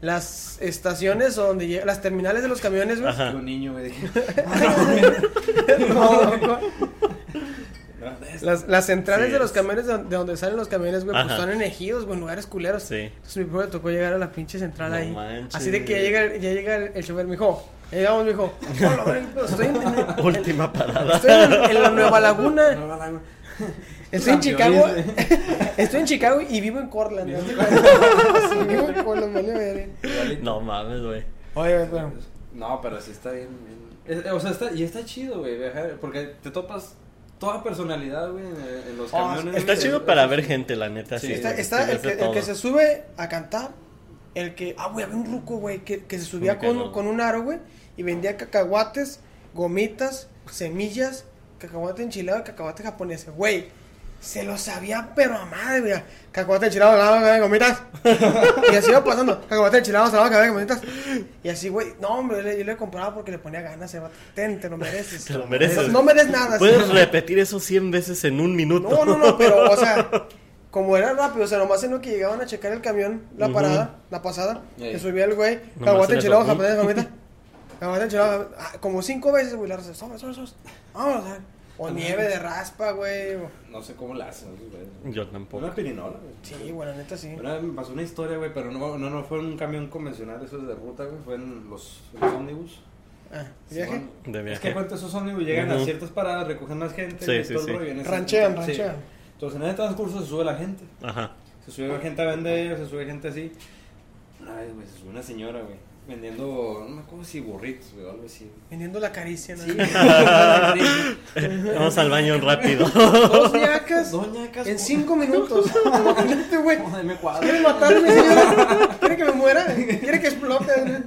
las estaciones donde llega- las terminales de los camiones, güey. Ajá. Un niño, güey. dije, No, loco. "Grande". las, las centrales Sí de los es. camiones de, de donde salen los camiones, güey, pues Ajá. están en ejidos, güey, en lugares culeros. Sí. Entonces mi primo le tocó llegar a la pinche central No ahí. manches. Así de que ya llega, el- ya llega el, el chofer, me dijo, ya llegamos, me dijo, "Hola, güey, estoy en, en- Última parada. estoy en- en la Nueva Laguna. No, no, no, no. Estoy en Chicago. Campeones, Estoy en Chicago y vivo en Cortland. ¿no? Sí, vivo en Cortland, vale, verga. Igualito. No mames, güey. Oye, bueno. No, pero sí está bien. bien. Es- o sea, está, y está chido, güey, viajar, porque te topas toda personalidad, güey, en, en los Ah, camiones. Está güey. chido para ver gente, la neta. Sí. Sí, Está, güey, está que el, ves de que, el todo. que se sube a cantar. El que. Ah, güey, había un ruco, güey, que, que se subía que con, no. con un aro, güey. Y vendía cacahuates, gomitas, semillas, cacahuate enchilado y cacahuate japonés. Güey, se lo sabía, pero a madre, güey. Cacahuate enchilado, salado, cacahuate, gomitas. y así iba pasando. Cacahuate enchilado, salado, cacahuate, gomitas. Y así, güey. No, hombre, yo le, yo le compraba porque le ponía ganas. va Ten, te lo mereces. Te lo mereces. No mereces nada. Puedes sí. repetir eso 100 veces en un minuto. No, no, no, pero, o sea, como era rápido, o sea, nomás en lo que llegaban a checar el camión, la Ujú. parada, la pasada, Ey. que subía el güey, Nomás caguate en enchilado, eso, mm. japonés, gomita, caguate enchilado, ah, como cinco veces, güey, la raza, sobres, sobres, sobres, vamos, a ver, o Ajá. nieve de raspa, güey, o- No sé cómo la hacen, güey. Yo tampoco. Una pirinola, güey. sí, güey, la neta, sí, Una vez me pasó una historia, güey, pero no, no, no fue en un camión convencional, eso es de ruta, güey, fue en los, en los ómnibus. ah, viaje, Simón. De Es que viaje. cuenta esos ómnibus, llegan a Ujú. ciertas paradas, recogen más gente, Sí, güey, sí, todo el sí. rollo, en ese- ranchean, sí. ranchean, Entonces en ese transcurso se sube la gente. Ajá. Se sube gente a vender, se sube gente así. Una vez, güey, se sube una señora, güey, vendiendo, no me acuerdo si burritos, güey, o algo así. vendiendo la caricia, ¿no? Sí. Vamos al baño rápido. Dos ñacas Doña Casco. en cinco minutos, imagínate, güey. Ay, me cuadra. ¿Quiere matarme, señora? ¿Quiere que me muera? ¿Quiere que explote?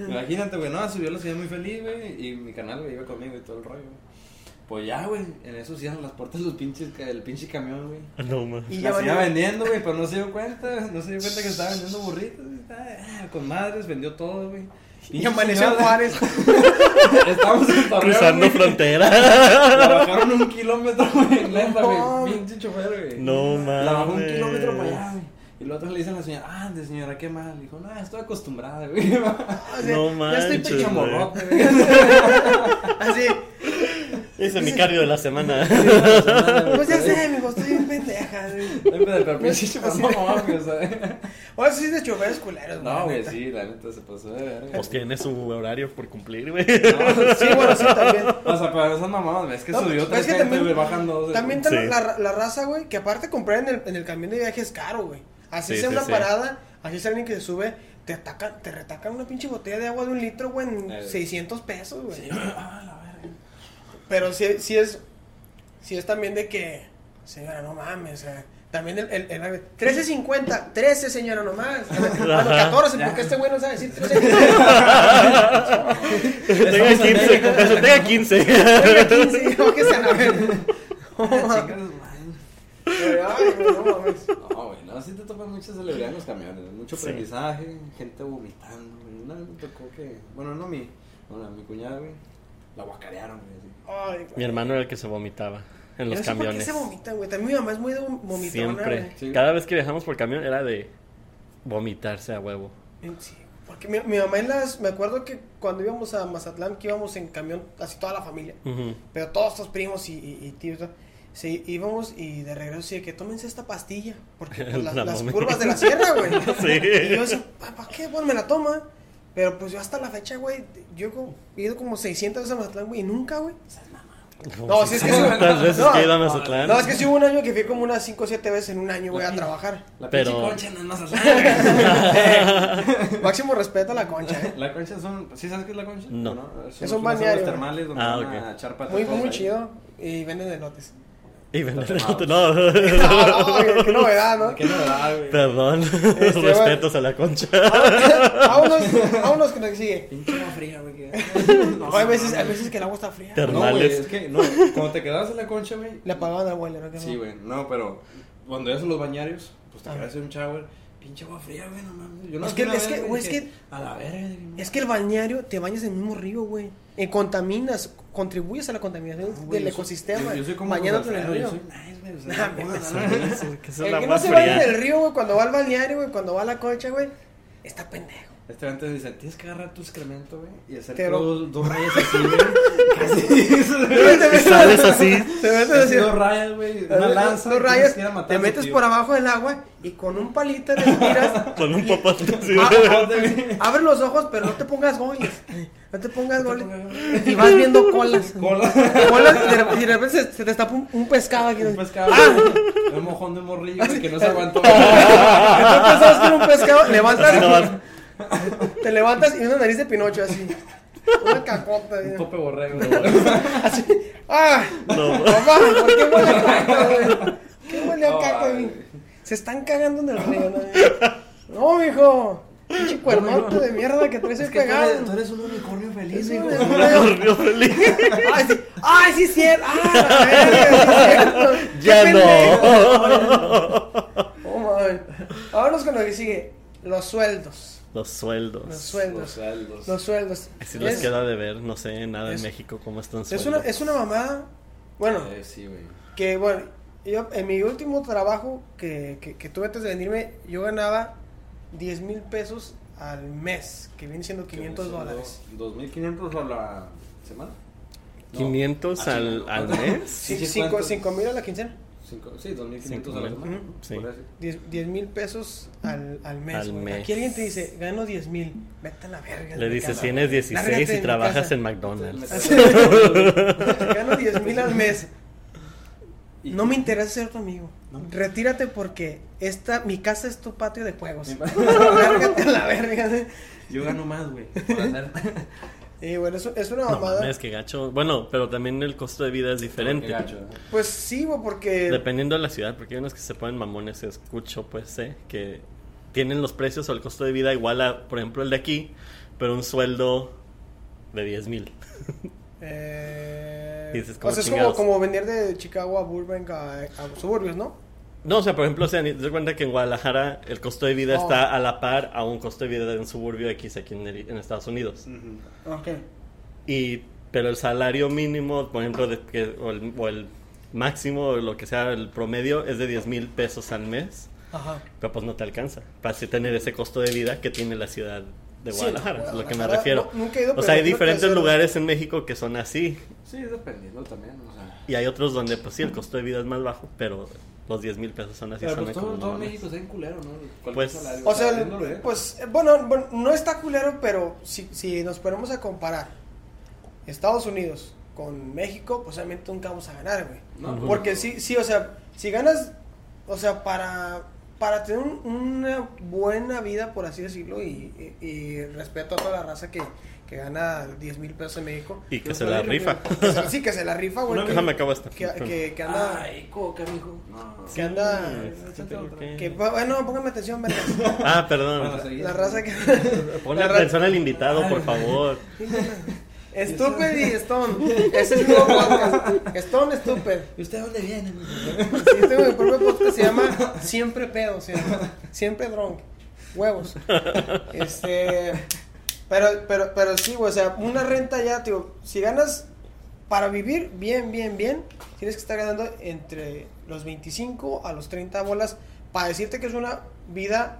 Imagínate, güey, no, subió la ciudad muy feliz, güey, y mi canal, güey, iba conmigo y todo el rollo, güey. Pues ya, güey, en eso cierran las puertas los pinches, ca- el pinche camión, güey. No mames. Y La ya seguía valió. vendiendo, güey, pero no se dio cuenta, no se dio cuenta que estaba vendiendo burritos, güey, estaba, ah, con madres, vendió todo, güey. Y amaneció en Juárez. Estábamos en Torreón, Cruzando güey. frontera. La bajaron un kilómetro, güey. Neta, No. güey. Pinche chofer, güey. No La bajó un mames. kilómetro para allá, güey. Y la otra le dice a la señora, ande señora, qué mal. Dijo, no, estoy acostumbrada, güey. O sea, No Ya estoy manches, pecho güey. morrote, güey. Así. Ese es mi cardio de la semana. Pues ya sé, Pues mijo, estoy bien pendeja. güey. Ahora sí es de choferes culeros, No, güey, neta. sí, la neta se pasó de verga. Pues tiene su horario por cumplir, güey. No, Sí, bueno, sí, también. O sea, pero esas mamadas, güey, es que No, pues, subió es tres que gente, también- güey, bajan dos. También güey. está Sí. la, la raza, güey, que aparte de comprar en el, en el camión de viaje es caro, güey. Así Sí, sea sí, una sí. parada, así sea alguien que se sube, te atacan, te retacan una pinche botella de agua de un litro, güey, en Eh. 600 pesos, güey. Sí, güey, ah, la verga. Pero sí, sí es. Sí es también de que. Señora, no mames. o sea, también el. el, el 1350. 13, señora, nomás. Bueno, 14, porque este güey no sabe decir 13. Tenga Estamos en 15, México. con que tenga 15. Oiga, 15, bájese a la verga. No mames. Chingas, madre. Ay, güey, no mames. No, güey, no, sí te topan muchas celebridades en los camiones, mucho Sí. aprendizaje, gente vomitando, güey. Una vez me tocó que, bueno, no mi, bueno, a mi cuñada, güey, la guacarearon, güey. así. Ay, Mi güey. hermano era el que se vomitaba en Yo los no sé ¿Por qué camiones. se vomitan, güey? También mi mamá es muy de vom- vomitona, Siempre. güey. Sí. Cada vez que viajamos por camión era de vomitarse a huevo. Sí, Porque mi, mi mamá en las. Me acuerdo que cuando íbamos a Mazatlán, que íbamos en camión, así toda la familia. Ujú. Pero todos estos primos y, y- y tíos, ¿no? sí, íbamos y de regreso sí, de que tómense esta pastilla, porque pues, las, La las mami. curvas de la sierra, güey. Sí. Y yo decía, ¿para qué? Bueno, me la toma. Pero pues yo hasta la fecha, güey, yo como- he ido como 600 veces a Mazatlán, güey, y nunca, güey. No, sí, es que- ¿Cuántas veces no. que he ido a Mazatlán? No, es que sí hubo un año que fui como unas 5 o 7 veces en un año, güey, a trabajar. La Pero- pinche concha no es Eh, Mazatlán, Máximo respeto a la concha, güey. ¿eh? La concha son, ¿sí sabes qué es la concha? No. Son un los- son balneario. los termales donde Ah, van a ok. echar patatas Muy, muy ahí. chido y venden elotes. Y vender el Tomados. auto. No, Ah, qué novedad, ¿no? Qué novedad, güey. perdón. Este, Respetos a la concha. Vámonos, vámonos con lo que sigue. Pinche agua fría, güey. que- No, hay veces, hay veces que el agua está fría. Ter- No, güey, Termales. es que, no, cuando te quedabas en la concha, güey. Le apagaban al boiler, ¿no? Que Sí, no. güey, no, pero cuando ibas a los bañarios, pues te Ah. quedas en un shower, pinche agua fría, güey, no mames. Yo no Es que- una es vez, que, güey, es dije, que- A la verga, dije, no. Es que el bañario te bañas en el mismo río, güey. Y contaminas, contribuyes a la contaminación No, Ah, güey, del yo soy- ecosistema. Yo, yo soy como bañándote en José el río. Alfredo, Yo soy nice, güey. O sea, Nah, no, mames, no, no, no, no, Eso, que esa es El la que no más se baña fría. en el río, güey, cuando va al balneario, güey, cuando va a la concha, güey, está pendejo. Este antes dice, tienes que agarrar tu excremento, güey, y hacer Pero- dos, dos rayas así, güey. Casi. Y sales así. Te metes Haces así. dos rayas, güey. Una lanza. dos y tienes rayas, que ir a matar te a su metes tío. por abajo del agua y con un palito le tiras. Con un popote así. Ah, Abre los ojos, pero no te pongas goles. No te pongas goles. Y vas viendo colas. Cola. Colas y de, rep- y de repente se, se te está un, un pescado aquí. Un No pescado. Ah. Un mojón de morrillo, güey, que no se aguantó. pensabas que era un pescado, Así nomás. levantas, te levantas y una nariz de pinocho así. Una cacota. Un güey. tope borrego. Así. ¡Ah! No, Mamá, ¿por qué huele a caca, güey? ¿Qué huele a No, caca, vale. güey? Se están cagando en el río, ¿no? No, mijo. Pinche cuernote de mierda que traes ahí pegado. un unicornio Sí, hijo. güey. una corrió feliz. Ay, sí, ay, sí es cierto. Ah, la verga, sí es cierto. Ya Qué no. pendejo. Oh, man. Vámonos con lo que sigue. Los sueldos. Los sueldos. Los Los sueldos. saldos. Los sueldos. Si les Es- queda de ver, no sé, nada es- en México, cómo están es una, sueldos. es una mamada. Bueno, Eh, sí, güey. Que bueno, yo en mi último trabajo que, que, que tuve antes de venirme, yo ganaba 10 mil pesos al mes, que viene siendo 500 Son dólares. dos- 2.500 a la semana. No. 500 Ah, al, sí. al mes. Sí, Sí, cinco- ¿cuánto? cinco mil a la quincena. Cinco- sí, 2.500 a la Cinco semana. mil. Sí. por así. 10 mil pesos al, al mes. Al güey. mes. Aquí alguien te dice, gano 10 mil, vete a la verga. Le de mi dices, casa. tienes 16 Lárgate de y mi trabajas casa". en McDonald's. Gano 10 mil al mes. Y- No me interesa ser tu amigo. No. Retírate porque esta, mi casa es tu patio de juegos. Mi pa- Lárgate a la verga. güey. Yo gano más, güey. por andar. Y bueno, es, es una No mamada. mames, que gacho. Bueno, pero también el costo de vida es diferente. Qué gacho, ¿eh? Pues sí, güey, porque. Dependiendo de la ciudad, porque hay unos que se ponen mamones, escucho, pues sé, que tienen los precios o el costo de vida igual a, por ejemplo, el de aquí, pero un sueldo de 10 mil. eh, Dices, o como sea, es como, chingados. como vender de Chicago a Burbank a, a suburbios, ¿no? No, o sea, por ejemplo, o sea, ni- te das cuenta que en Guadalajara el costo de vida Oh. está a la par a un costo de vida de un suburbio X aquí en, el- en Estados Unidos. Ujú. Ok. Y, pero el salario mínimo, por ejemplo, de, que, o, el, o el máximo, o lo que sea, el promedio es de 10 mil pesos al mes, Ajá. pero pues no te alcanza para así tener ese costo de vida que tiene la ciudad de Sí, Guadalajara, es lo que me Guadalajara, refiero. no, nunca he ido, o pero sea, hay creo que diferentes hacer- lugares en México que son así Sí, dependiendo también, o sea. y hay otros donde, pues sí, el costo de vida es más bajo, pero los 10 mil pesos son así. Pero son pues como, todo, no todo mames. México está en culero, ¿no? Cualquier Pues- salario, O sea, el- viéndolo, ¿eh? pues, eh, bueno, bueno, no está culero, pero si, si nos ponemos a comparar Estados Unidos con México, pues obviamente nunca vamos a ganar, güey. No, Ujú. Porque sí, sí, o sea, si ganas, o sea, para, para tener un- una buena vida, por así decirlo, y, y- y respeto a toda la raza que, que gana 10 mil pesos en México. Y que Yo se la soy- rifa. que se- sí, que se la rifa, güey. Una que- vez Déjame acabo esta. que, que- que anda. Ay, coca, mijo. No, que anda. Sí, Échate otra. ok. que- bueno, póngame atención, vergas. Ah, perdón. Bueno, seguí. La raza que. Pon la ra- atención al invitado, por favor. Stupid y Stone. Ese es el nuevo podcast. Stone Stupid. ¿Y usted dónde viene, mijo? Sí, yo tengo mi propio podcast se llama Siempre pedo, se llama. Siempre drunk. Huevos. Este. Pero, pero, pero sí, güey. O sea, una renta ya, tío. Si ganas para vivir bien, bien, bien, tienes que estar ganando entre los 25 a los 30 bolas para decirte que es una vida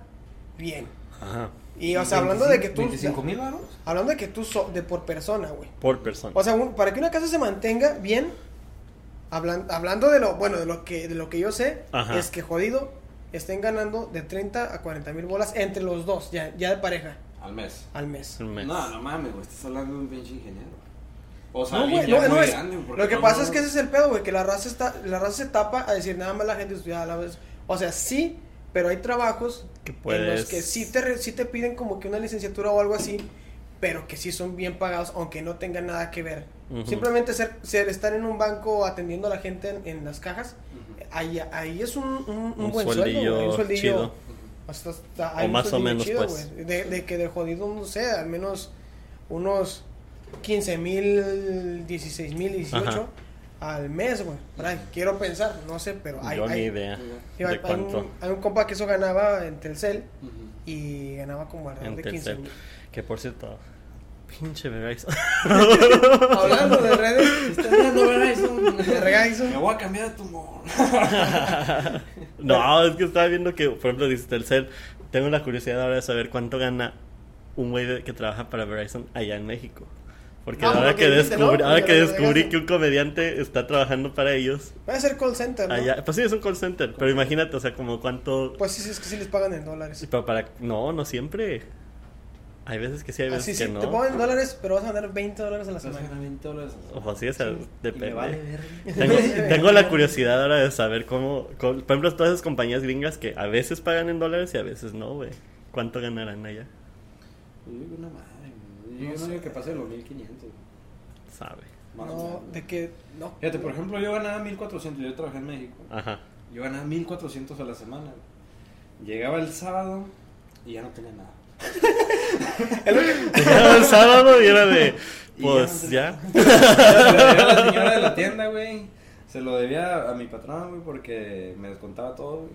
bien. Ajá. Y, o sea, hablando de que tú. 25 mil varos. Hablando de que tú, so- de por persona, güey. Por persona. O sea, un- para que una casa se mantenga bien, hablan- hablando de lo, bueno, de lo que, de lo que yo sé, Ajá. es que jodido estén ganando de 30 a 40 mil bolas entre los dos, ya, ya de pareja, Al mes. al mes. Un mes. No, no mames, güey. Estás hablando de un pinche ingeniero. O sea, No, güey, alguien ya no, no muy es- grande, porque lo que no- pasa es que ese es el pedo, güey, que la raza, está, la raza se tapa a decir nada más la gente estudiada a la vez. O sea, sí, pero hay trabajos Que en los puedes- que sí te, re- sí te piden como que una licenciatura o algo así, pero que sí son bien pagados, aunque no tengan nada que ver Ujú. Simplemente ser, ser- estar en un banco atendiendo a la gente en, en las cajas, Ujú. ahí, ahí es un, un, un Un buen sueldo, sueldillo güey, un sueldillo. chido. O, sea, está- O hay un más o sueldillo menos, pues. güey. De, de que de jodido, no sé, al menos unos 15 mil, 16 mil, 18 Ajá. al mes, güey. Por ahí, Quiero pensar, no sé, pero hay, Yo ni hay- idea hay- hay de cuánto. un, hay un compa que eso ganaba en Telcel Ujú. y ganaba como alrededor En de 15 Telcel. mil. Que por cierto, pinche Verizon. Hablando de Si redes, estás viendo Verizon, de Verizon. Me voy a cambiar a tu mon. no, es que estaba viendo que, por ejemplo, dice Telcel. Tengo la curiosidad ahora de saber cuánto gana un güey de- que trabaja para Verizon allá en México. Porque Ah, ahora porque que, dijiste, ¿no? descubrí, ahora Porque que lo descubrí agregaste. que un comediante está trabajando para ellos, Va a ser call center, ¿no? allá, pues sí, es un call center, pero imagínate, o sea, como cuánto... Pues sí, sí, es que sí les pagan en dólares. Sí, pero para... No, no siempre. Hay veces que sí, hay veces Así que Ah, sí, no. te pagan en dólares, pero vas a ganar 20 dólares a la semana. Exactamente, todo lo- Ojo, sí, o sea, Sí, depende. y me vale verga. Tengo, tengo la curiosidad ahora de saber cómo, cómo- Por ejemplo, todas esas compañías gringas que a veces pagan en dólares y a veces no, güey. ¿Cuánto ganarán allá? Yo digo una madre, güey. No Yo no, sé. digo que pase de los 1500. güey. Sabe. Más o No, menos. de que no. Fíjate, por ejemplo, yo ganaba 1400. Yo trabajé en México. Ajá. Yo ganaba 1400 a la semana. güey. Llegaba el sábado y ya no tenía nada. Llegaba el sábado y era de. Y Pues ya ya. no Se lo debía a la señora de la tienda, güey. Se lo debía a mi patrón, güey, porque me descontaba todo, güey.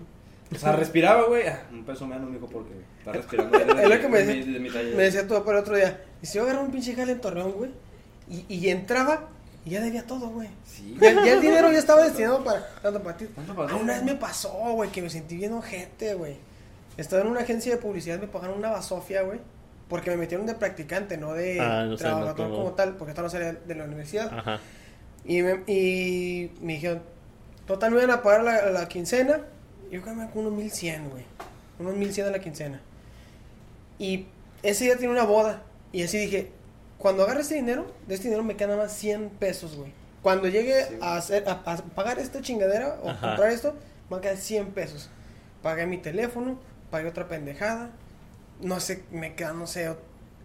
O sea, respiraba, güey. Ah, un peso menos, mijo, porque está respirando. Es lo que me de- decía- de mi taller. Me decía tu papá el otro día, y si yo agarraba un pinche jale en Torreón, güey, y, y entraba y ya debía todo, güey. Sí. Ya, ya el dinero ya estaba destinado para tanto para ti. Tanto para Ah, ti. Una vez me pasó, güey, que me sentí bien ojete, güey. Estaba en una agencia de publicidad, me pagaron una basofia, güey. Porque me metieron de practicante, no de Ah, no sé, no trabajador como- como tal, porque estaba no salía de la universidad. Ajá. Y me, y me dijeron, total me iban a pagar la, la quincena. Yo gané con unos 1100, güey. Unos 1100 a la quincena. Y ese día tiene una boda. Y así dije, cuando agarre este dinero, de este dinero me quedan nada más 100 pesos, güey. Cuando llegue Sí. a, hacer, a, a pagar esta chingadera o Ajá. comprar esto, me van a quedar 100 pesos. Pagué mi teléfono, pagué otra pendejada. No sé, me quedan, no sé.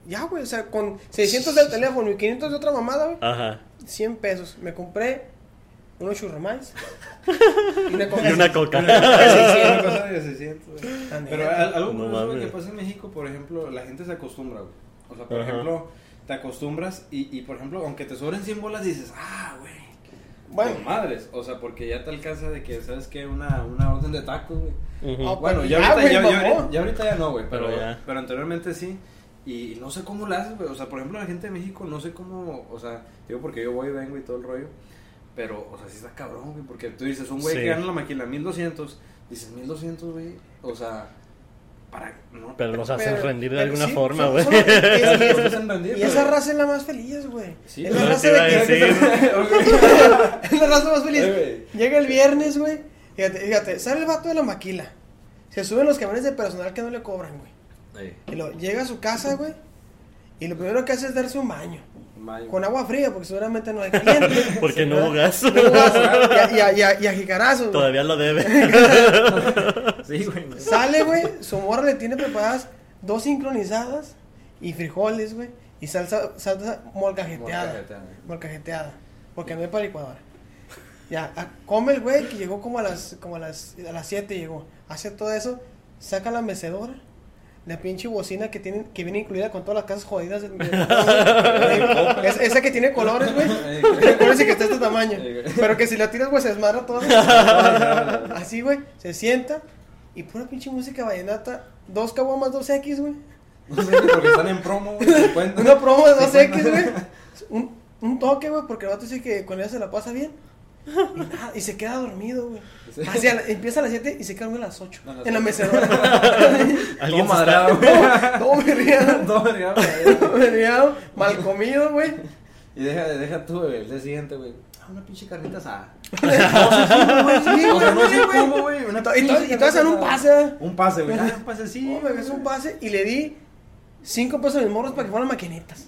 Ya, güey, o sea, con 600 del teléfono y 500 de otra mamada, güey. Ajá. 100 pesos. Me compré unos churromais y una Y una coca. Una cosa de 600, güey. Tan Pero de- al- algo No curioso güey, que mames. pasa en México, por ejemplo, la gente se acostumbra, güey. O sea, por Ajá. ejemplo, te acostumbras y, y, por ejemplo, aunque te sobren 100 bolas, dices, ah, güey. Bueno. Con madres, o sea, porque ya te alcanza de que, ¿sabes qué? Una, una orden de tacos, güey. Ujú. Ah, Bueno, pues ya, ya, ahorita, güey, ya, ya mamón. ahorita- ya ahorita ya no, güey, pero, Pero pero, ya. anteriormente sí. Y no sé cómo lo haces, güey. O sea, por ejemplo, la gente de México, no sé cómo, o sea, digo porque yo voy y vengo y todo el rollo. Pero, o sea, sí está cabrón, güey, porque tú dices, un güey Sí. que gana la maquila 1200, dices 1200, güey. O sea, para. No, Pero los Pero- hacen rendir de pero alguna sí, forma, son- güey. son- es- Los es- hacen rendir, Y esa güey. raza es la más feliz, güey. Sí, es güey. la Yo raza te iba a de que- decir. es la raza más feliz. Ay, güey. Llega el viernes, güey. Fíjate, fíjate, sale el vato de la maquila. Se suben los camiones de personal que no le cobran, güey. Ey, Y lo llega a su casa, güey. Y lo primero que hace es darse un baño. mayo. Con agua fría, porque seguramente no hay caliente. Porque no hubo gas. No hubo gas. Y a, y a- y a jicarazos, güey. Todavía lo debe. Sí, güey. Sale, güey, su morra le tiene preparadas dos sincronizadas y frijoles, güey, y salsa, salsa molcajeteada. Molcajeteada. Molcajeteada. Porque no hay para licuadora. Ya, a- come el güey que llegó como a las como a las a las 7 llegó. Hace todo eso, saca la mecedora, la pinche bocina que tienen que viene incluida con todas las casas jodidas. de- de- es- esa que tiene colores, güey. Ey, güey. Recuérdense que está de este tamaño. Ey, güey. Pero que si la tiras, güey, se desmadra todo. Así, güey, se sienta y pura pinche música vallenata. Dos caguamas, dos X, güey. No sé, porque están en promo, güey. 50. Una promo de dos 50. X, güey. Un, un toque, güey, porque el vato dice que con ella se la pasa bien. Y, nada, y se queda dormido, güey. Sí. Así, a la- empieza a las 7 y se queda dormido a las 8. A las en la ocho. mecedora. Alguien Todo se está- madreado, güey. Todo berreado. Todo madreado, güey. Todo berreado, mal comido, güey. Y deja, deja tú, güey, el día siguiente, güey. Ah, una pinche carnita asada. Sí, O sea, güey, no sé sí, güey. cómo, güey. una Y to- y pinche todas carnita en un asada. pase. Un pase, güey. Ah, un pase sí. No, me hizo un pase y le di 5 pesos en mis morros para que fueran maquinitas.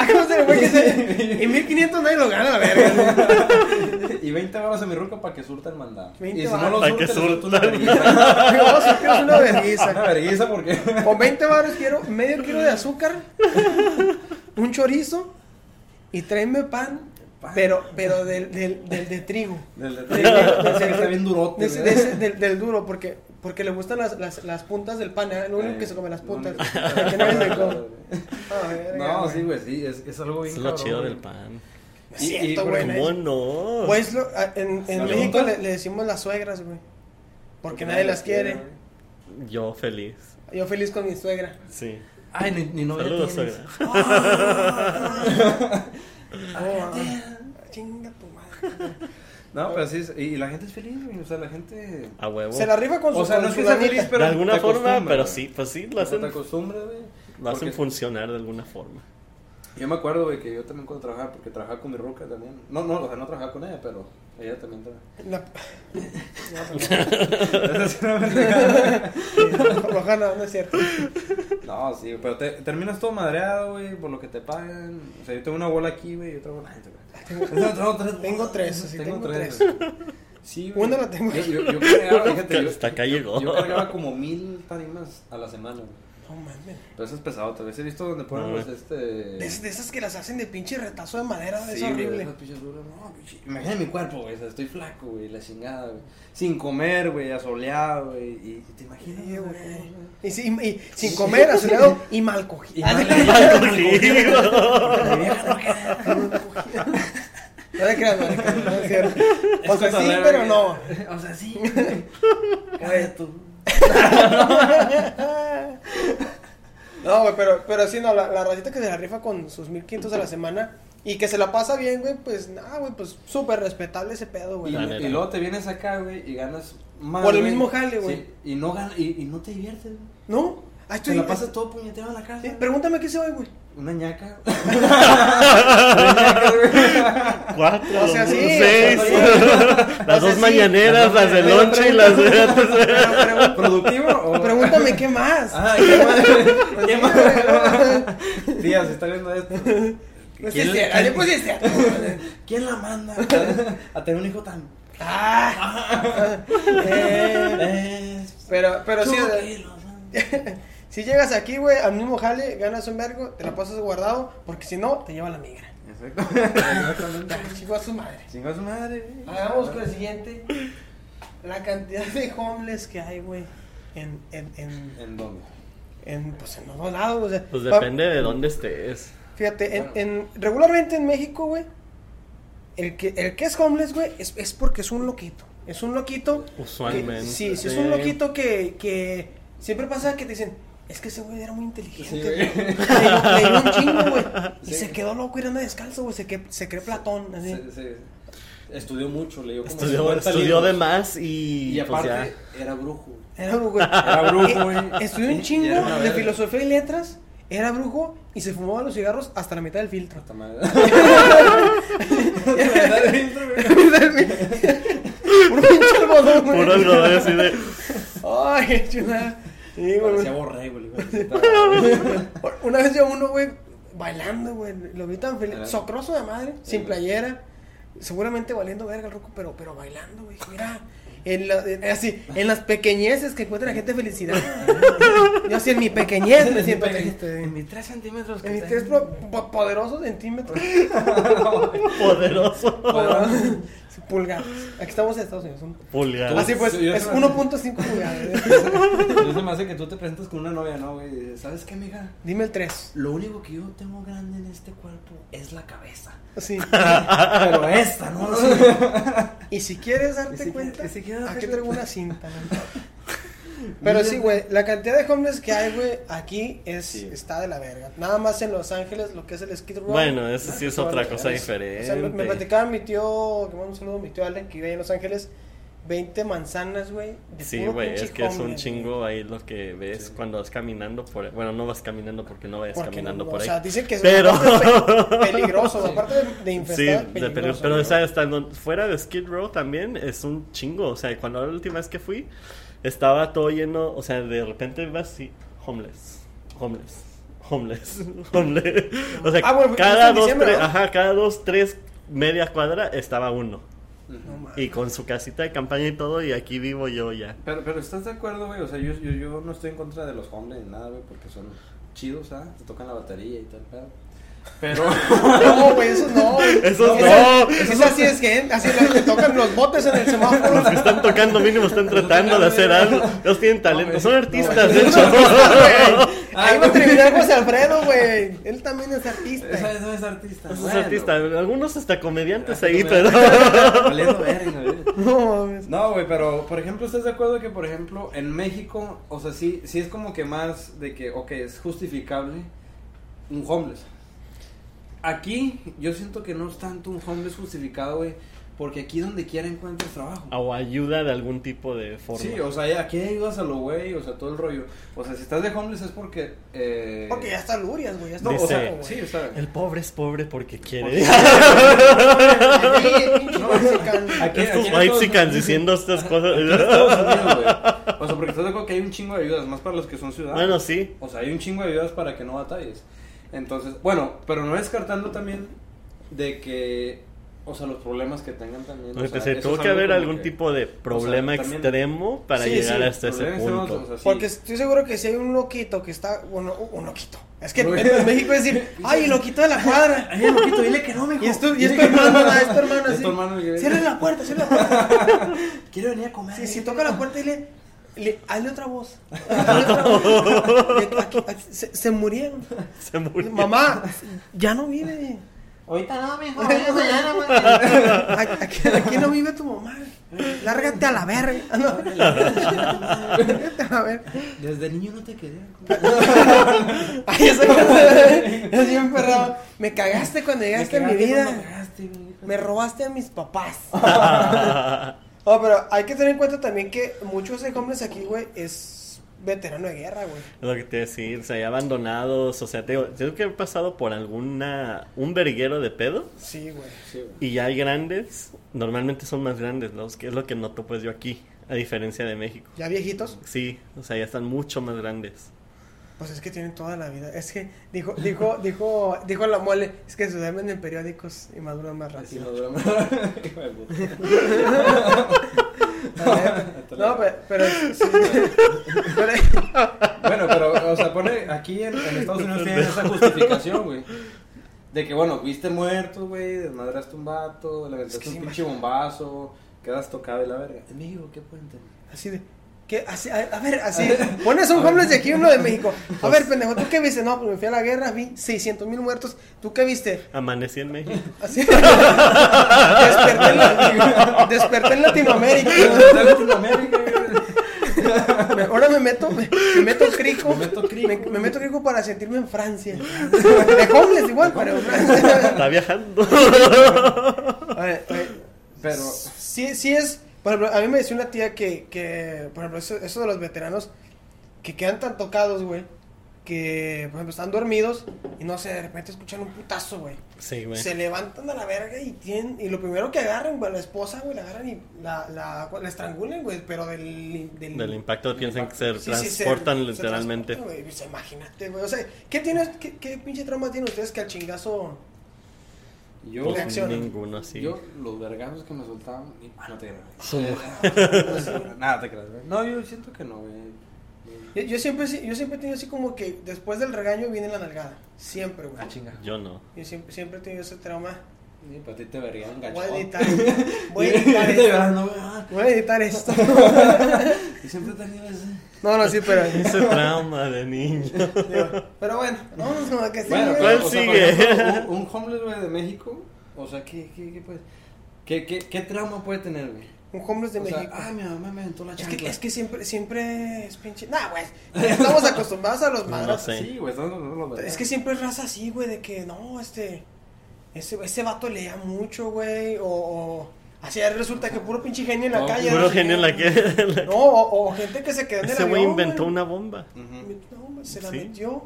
Acá no se güey que se- Y 1500 nadie lo gana, la verga. güey. Y 20 balas a mi ruca para que surta el mandado. 20 y si no varos. lo Pa' que surte, le surta una surta. vergüenza. Digo, vamos a hacer una Una vergüenza. vergüenza porque... Con 20 baros quiero medio kilo de azúcar, un chorizo Y tráeme pan, Pan. pero, pero del, del, del de trigo. Del de Del- del- del- Está bien durote. de ese- de ese- del, del duro, porque, porque le gustan las, las, las puntas del pan, ¿eh? lo único que se come las puntas. Que nadie se come. Ah, verga, No, güey. sí, güey, sí, es, es algo bien Es lo cabrón, chido güey. del pan. No es Y- y cierto, por güey. ¿Cómo no? Pues lo- a- en, en Salud. México le, le decimos las suegras, güey. Porque nadie las quiere. güey. Yo feliz. Yo feliz con mi suegra. Sí. Ay, ni, ni novia Saludos, tienes. suegra. Oh, ah, chinga tu madre. No, pero sí, es- y, y la gente es feliz, güey, o sea, la gente... A huevo. Se la rifa con su O sea, no con es su que sea lanita. feliz, pero... de alguna te forma, acostumbra, pero güey. sí, pues sí, lo Pero hacen, Te acostumbras, güey. lo hacen Porque- funcionar de alguna forma. Yo me acuerdo, güey, que yo también cuando trabajaba, porque trabajaba con mi roca también. No, no, o sea, no trabajaba con ella, pero ella también trabajaba. La... Esa es una pendejada. Rojana, no es cierto. no, sí, pero te, terminas todo madreado, güey, por lo que te pagan. O sea, yo tengo una bola aquí, güey, y otra bola. Ay, tengo- No, tengo tres. Tengo tres, sí, tengo Sí, Una la tengo. Yo, yo, yo cargaba, fíjate, yo, Hasta acá llegó. yo cargaba como mil tarimas a la semana, güey. No mames. Pero eso es pesado, te ves. He visto donde ponen No, los, güey. este... De, es- de esas que las hacen de pinche retazo de madera, es güey, horrible. esas pinches duras, no, pinche- Imagina mi cuerpo, güey. o sea, estoy flaco, güey. La chingada, güey. Sin comer, güey. Asoleado, güey. Y y te imaginas, Sí, güey. güey. Y, sin- y sin comer, asoleado y mal Y cogido. mal- Ah, mal cogido. La vieja no queda. No te creas, no te creas, no es cierto. O sea, Es sí, cotorreo, pero güey. no. O sea, sí. güey. Cállate tú. No, güey, pero, pero sí, no, la, la racita que se la rifa con sus 1500 a la semana y que se la pasa bien, güey, pues nada, güey, pues súper respetable ese pedo, Y, güey. La neta. y luego te vienes acá, güey, y ganas más. Por el güey. mismo jale, güey. Sí, y, no gana- y, y no te diviertes, güey. ¿No? Ah, Te estoy. la pasas todo puñeteado en la casa. Sí, Pregúntame qué se va, güey. Una ñaca. güey. Una ñaca, güey. Cuatro, O sea, sí, seis. o sea, las o sea, dos sí. mañaneras, las de Pero lonche y las de. Pero pregun- ¿Productivo o.? Ah, Pregúntame qué más. Ah, qué mal. Qué mal. Tía, se está viendo esto. Pues sí, ¿Quién- es cierto, quién- yo, pues sí, es cierto. ¿Quién la manda a tener un hijo tan? Ah, eh, Eh, pero, pero sí, chulo o sea, que lo son. si llegas aquí, güey, al mismo jale, ganas un vergo, te la pasas guardado, porque si no, te lleva la migra. Exacto. Ya, Chico a su madre. Chingó a su madre. güey. Hagamos con el siguiente. La cantidad de homeless que hay, güey. En, en, en, ¿En dónde? en, pues en los dos lados, o sea, Pues pa- depende de dónde estés. Fíjate, en, Bueno. en- regularmente en México, güey, el que, el que es homeless, güey, es, es porque es un loquito. Es un loquito. que- Usualmente, Eh, Sí, sí, es sí. un loquito que, que siempre pasa que te dicen, es que ese güey era muy inteligente. Sí, güey. güey. Le dio un chingo, güey. Y Sí. se quedó loco y anda descalzo, güey. Se, que- se cree Platón. Así. Se- se- Estudió mucho, leyó como Estudió, 50 estudió de libros. más y, Y pues aparte, ya. era brujo. Era brujo. Era brujo, güey. Estudió un Sí, chingo era una de verga. filosofía y letras. Era brujo y se fumaba los cigarros hasta la mitad del filtro. Puta madre. Dale, dentro, güey. Puro pinche algodón, güey. Puro algodón así de. Ay, qué chulada. Sí, güey. Parecía borrego, el hijo de puta madre. Una vez yo uno, güey, bailando, güey. Lo vi tan Ajá. feliz. Socroso de madre, sin güey. playera. Seguramente valiendo verga el roco, pero, pero bailando, güey. Mira. En la- en- así, en las pequeñeces que encuentra la gente felicidad. Yo así en mi pequeñez me siento feliz. En mis 3 centímetros. que En mis tengo. tres pro- po- poderosos centímetros. Poderoso. Poderosos pulgadas. Aquí estamos en Estados Unidos. son- Pulgar. Así pues, yo- yo- es 1.5 pulgadas. ¿eh? güey. Entonces se me hace que tú te presentas con una novia, ¿no, güey? Y dices, ¿Sabes qué, amiga? Dime el 3. Lo único que yo tengo grande en este cuerpo es la cabeza. Así. Pero esta, ¿no? Sí. Y si quieres Y darte si cuenta, quieres- y si quieres darte aquí cuenta. traigo una cinta. ¿no? Pero sí, güey, la cantidad de homeless que hay, güey, aquí es, Sí. está de la verga. Nada más en Los Ángeles, lo que es el Skid Row. Bueno, eso sí es Son- otra cosa es- diferente. O sea, me, me platicaba mi tío, que mando un saludo a mi tío Ale, que vive en Los Ángeles, 20 manzanas, güey. de Sí, puro güey, pinche es que es un homeless, güey. chingo ahí lo que ves cuando vas caminando por... Bueno, no vas caminando porque no vayas Porque caminando no- por o ahí. sea, dicen que es Pero- pe- peligroso, aparte de, de Sí, infestar, de peligroso, peligro, pero güey. esa está en don- fuera de Skid Row también es un chingo. O sea, cuando la última vez que fui, estaba todo lleno, o sea, de repente vas así, homeless, homeless, homeless, homeless. O sea, Ah, bueno, porque fuiste cada en dos, diciembre, tres, ¿no? ajá, cada dos, tres, media cuadra estaba uno. No mames. Y con su casita de campaña y todo, y aquí vivo yo ya. Pero, pero ¿estás de acuerdo, güey? O sea, yo, yo, yo no estoy en contra de los hombres ni nada, güey, porque son chidos, ¿ah? Te tocan la batería y tal, pero... Pero. No, güey, eso no. Eso Esa- no. Es, así es que, así es lo que tocan los botes en el semáforo. Los que están tocando mínimo están tratando de hacer algo. Ellos tienen talento. güey. Son No, artistas, güey. de hecho. Ah, Ahí va a terminar José Alfredo, güey. Él también es artista. Eso es artista. Esos bueno. Ah, artistas, algunos hasta comediantes ahí, pero... Valiendo verga, güey. No mames. No, güey, pero por ejemplo, ¿estás de acuerdo que, por ejemplo, en México, o sea, sí, sí es como que más de que, ok, es justificable un homeless? Aquí yo siento que no es tanto un homeless justificado, güey, porque aquí donde quiera encuentras trabajo. O ayuda de algún tipo de forma. Sí, o sea, aquí ayudas a lo güey, o sea, todo el rollo. O sea, si estás de homeless es porque... Eh... Porque ya está Lurias, güey. Ya está No, o sea, güey. sí, o sea... El pobre es pobre porque quiere. porque- Sí, pinche No, mexicanos. aquí- aquí Estos en Estados whitexicans Unidos- diciendo estas Aquí en cosas. Estados Unidos, güey. O sea, porque estás de acuerdo que hay un chingo de ayudas, más para los que son ciudadanos. Bueno, sí. O sea, hay un chingo de ayudas para que no batalles. Entonces, bueno, pero no descartando también de que, o sea, los problemas que tengan también. o Porque sea, se eso tuvo es que algo haber como algún que- tipo de problema también- extremo para Sí, llegar sí, hasta ese problemas punto. extremos, o sea, sí. Porque estoy seguro que si hay un loquito que está. Bueno, un loquito. Es que Güey. en México es decir, ay, el loquito de la cuadra. Ay, loquito, dile que no, mijo. Y es tu, y Dile es tu que no. hermana, es tu hermana, Es sí. tu hermana el que- Cierra la puerta, cierra la puerta. Quiero venir a comer. Si, eh. si toca la puerta, dile, le, hazle otra voz. Hazle otra voz. Le- aquí- aquí- se, se murieron. Se murió. Mamá, ya no vive. Ahorita Ah. no, mijo. Aquí, aquí- aquí no vive tu mamá. Lárgate a la verga. Ah, no. Lárgate a la verga. Desde niño no te quería. Ay, esa cosa, es bien perrado. Me cagaste cuando llegaste a mi vida. Me robaste a mis papás. No, Oh, pero hay que tener en cuenta también que muchos de hombres aquí, güey, es veterano de guerra, güey. Es lo que te iba a decir, o sea, ya abandonados, o sea, te digo, tengo que haber pasado por alguna, un verguero de pedo, Sí, güey. y ya hay grandes, normalmente son más grandes los que es lo que noto pues yo aquí, a diferencia de México. Ya viejitos, Sí, o sea, ya están mucho más grandes. pues es que tienen toda la vida. Es que dijo, dijo, dijo, dijo la mole, es que se duermen en periódicos y maduran más Así rápido. no dura más. Hijo de puta. No, pero, pero sí, güey. Pero- Bueno, pero, o sea, pone aquí en, en Estados Unidos tienen esa justificación, güey. De que, bueno, viste muerto, güey, desmadraste un vato, le aventaste Es que un sí, pinche bombazo, quedas tocado y la verga. En México, ¿qué pueden tener? Así de. ¿Qué? Así, a, a ver, así. Pones un homeless de aquí, uno de México. A ver, pendejo, ¿tú qué viste? No, pues me fui a la guerra, vi 600 mil muertos. ¿Tú qué viste? Amanecí en México. Así. desperté, en la- desperté en Latinoamérica. En Latinoamérica, güey. Me- Ahora me meto, me, me meto crico. Me meto crico. Me, me meto crico para sentirme en Francia. De homeless igual, pero. Está viajando. A ver, a ver. Pero, Sí, sí es. Por ejemplo, a mí me decía una tía que, que por ejemplo, eso, eso de los veteranos que quedan tan tocados, güey, que, por ejemplo, están dormidos y no sé, de repente escuchan un putazo, güey. Sí, güey. Se levantan a la verga y tienen, y lo primero que agarran, güey, la esposa, güey, la agarran y la, la, la estrangulan, güey, pero del... del, Del impacto piensan que se Sí, sí, se- transportan se literalmente. transportan, güey, pues, imagínate, güey, o sea, ¿qué, tienes, qué, qué pinche trauma tienen ustedes que al chingazo... yo, Pues, Reaccionan. ninguno así. yo, los vergazos que me soltaban, y- ah, no te creas. Su Nada, te creas, güey. No, yo siento que no, güey. Yo, yo siempre sí- yo siempre he tenido así como que después del regaño viene la nalgada. Siempre, güey. Ah, chinga. Yo no. Yo siempre, siempre he tenido ese trauma. Y para ti te verían Voy a gachón. editar. Voy a editar Te esto. verán, no, güey, ah, Voy a editar esto. Y siempre he tenido ese... No, no, sí, pero. Ese trauma de niño. digo, pero bueno, vamos con lo que sigue. Bueno, ¿cuál pero, o sea, sigue? por ejemplo, un, un homeless, güey, de México, o sea, ¿qué, qué, qué, puede- qué, qué, qué trauma puede tener, güey? Un homeless de o México. sea, ah, mi mamá me aventó la es, chancla. que, es que siempre, siempre es pinche. Nah, güey. Estamos acostumbrados a los madrazos. sé. Sí, güey, están los- los- los- Es que siempre es raza así, güey, de que no, este. Ese, ese vato lea mucho, güey. O, o. Así resulta que puro pinche genio en la No, calle. Puro no sé genio en la qué. que. en la- No, o, o gente que se quedó en el Ese avión. güey inventó una bomba. Ujú. No, se la Sí. metió.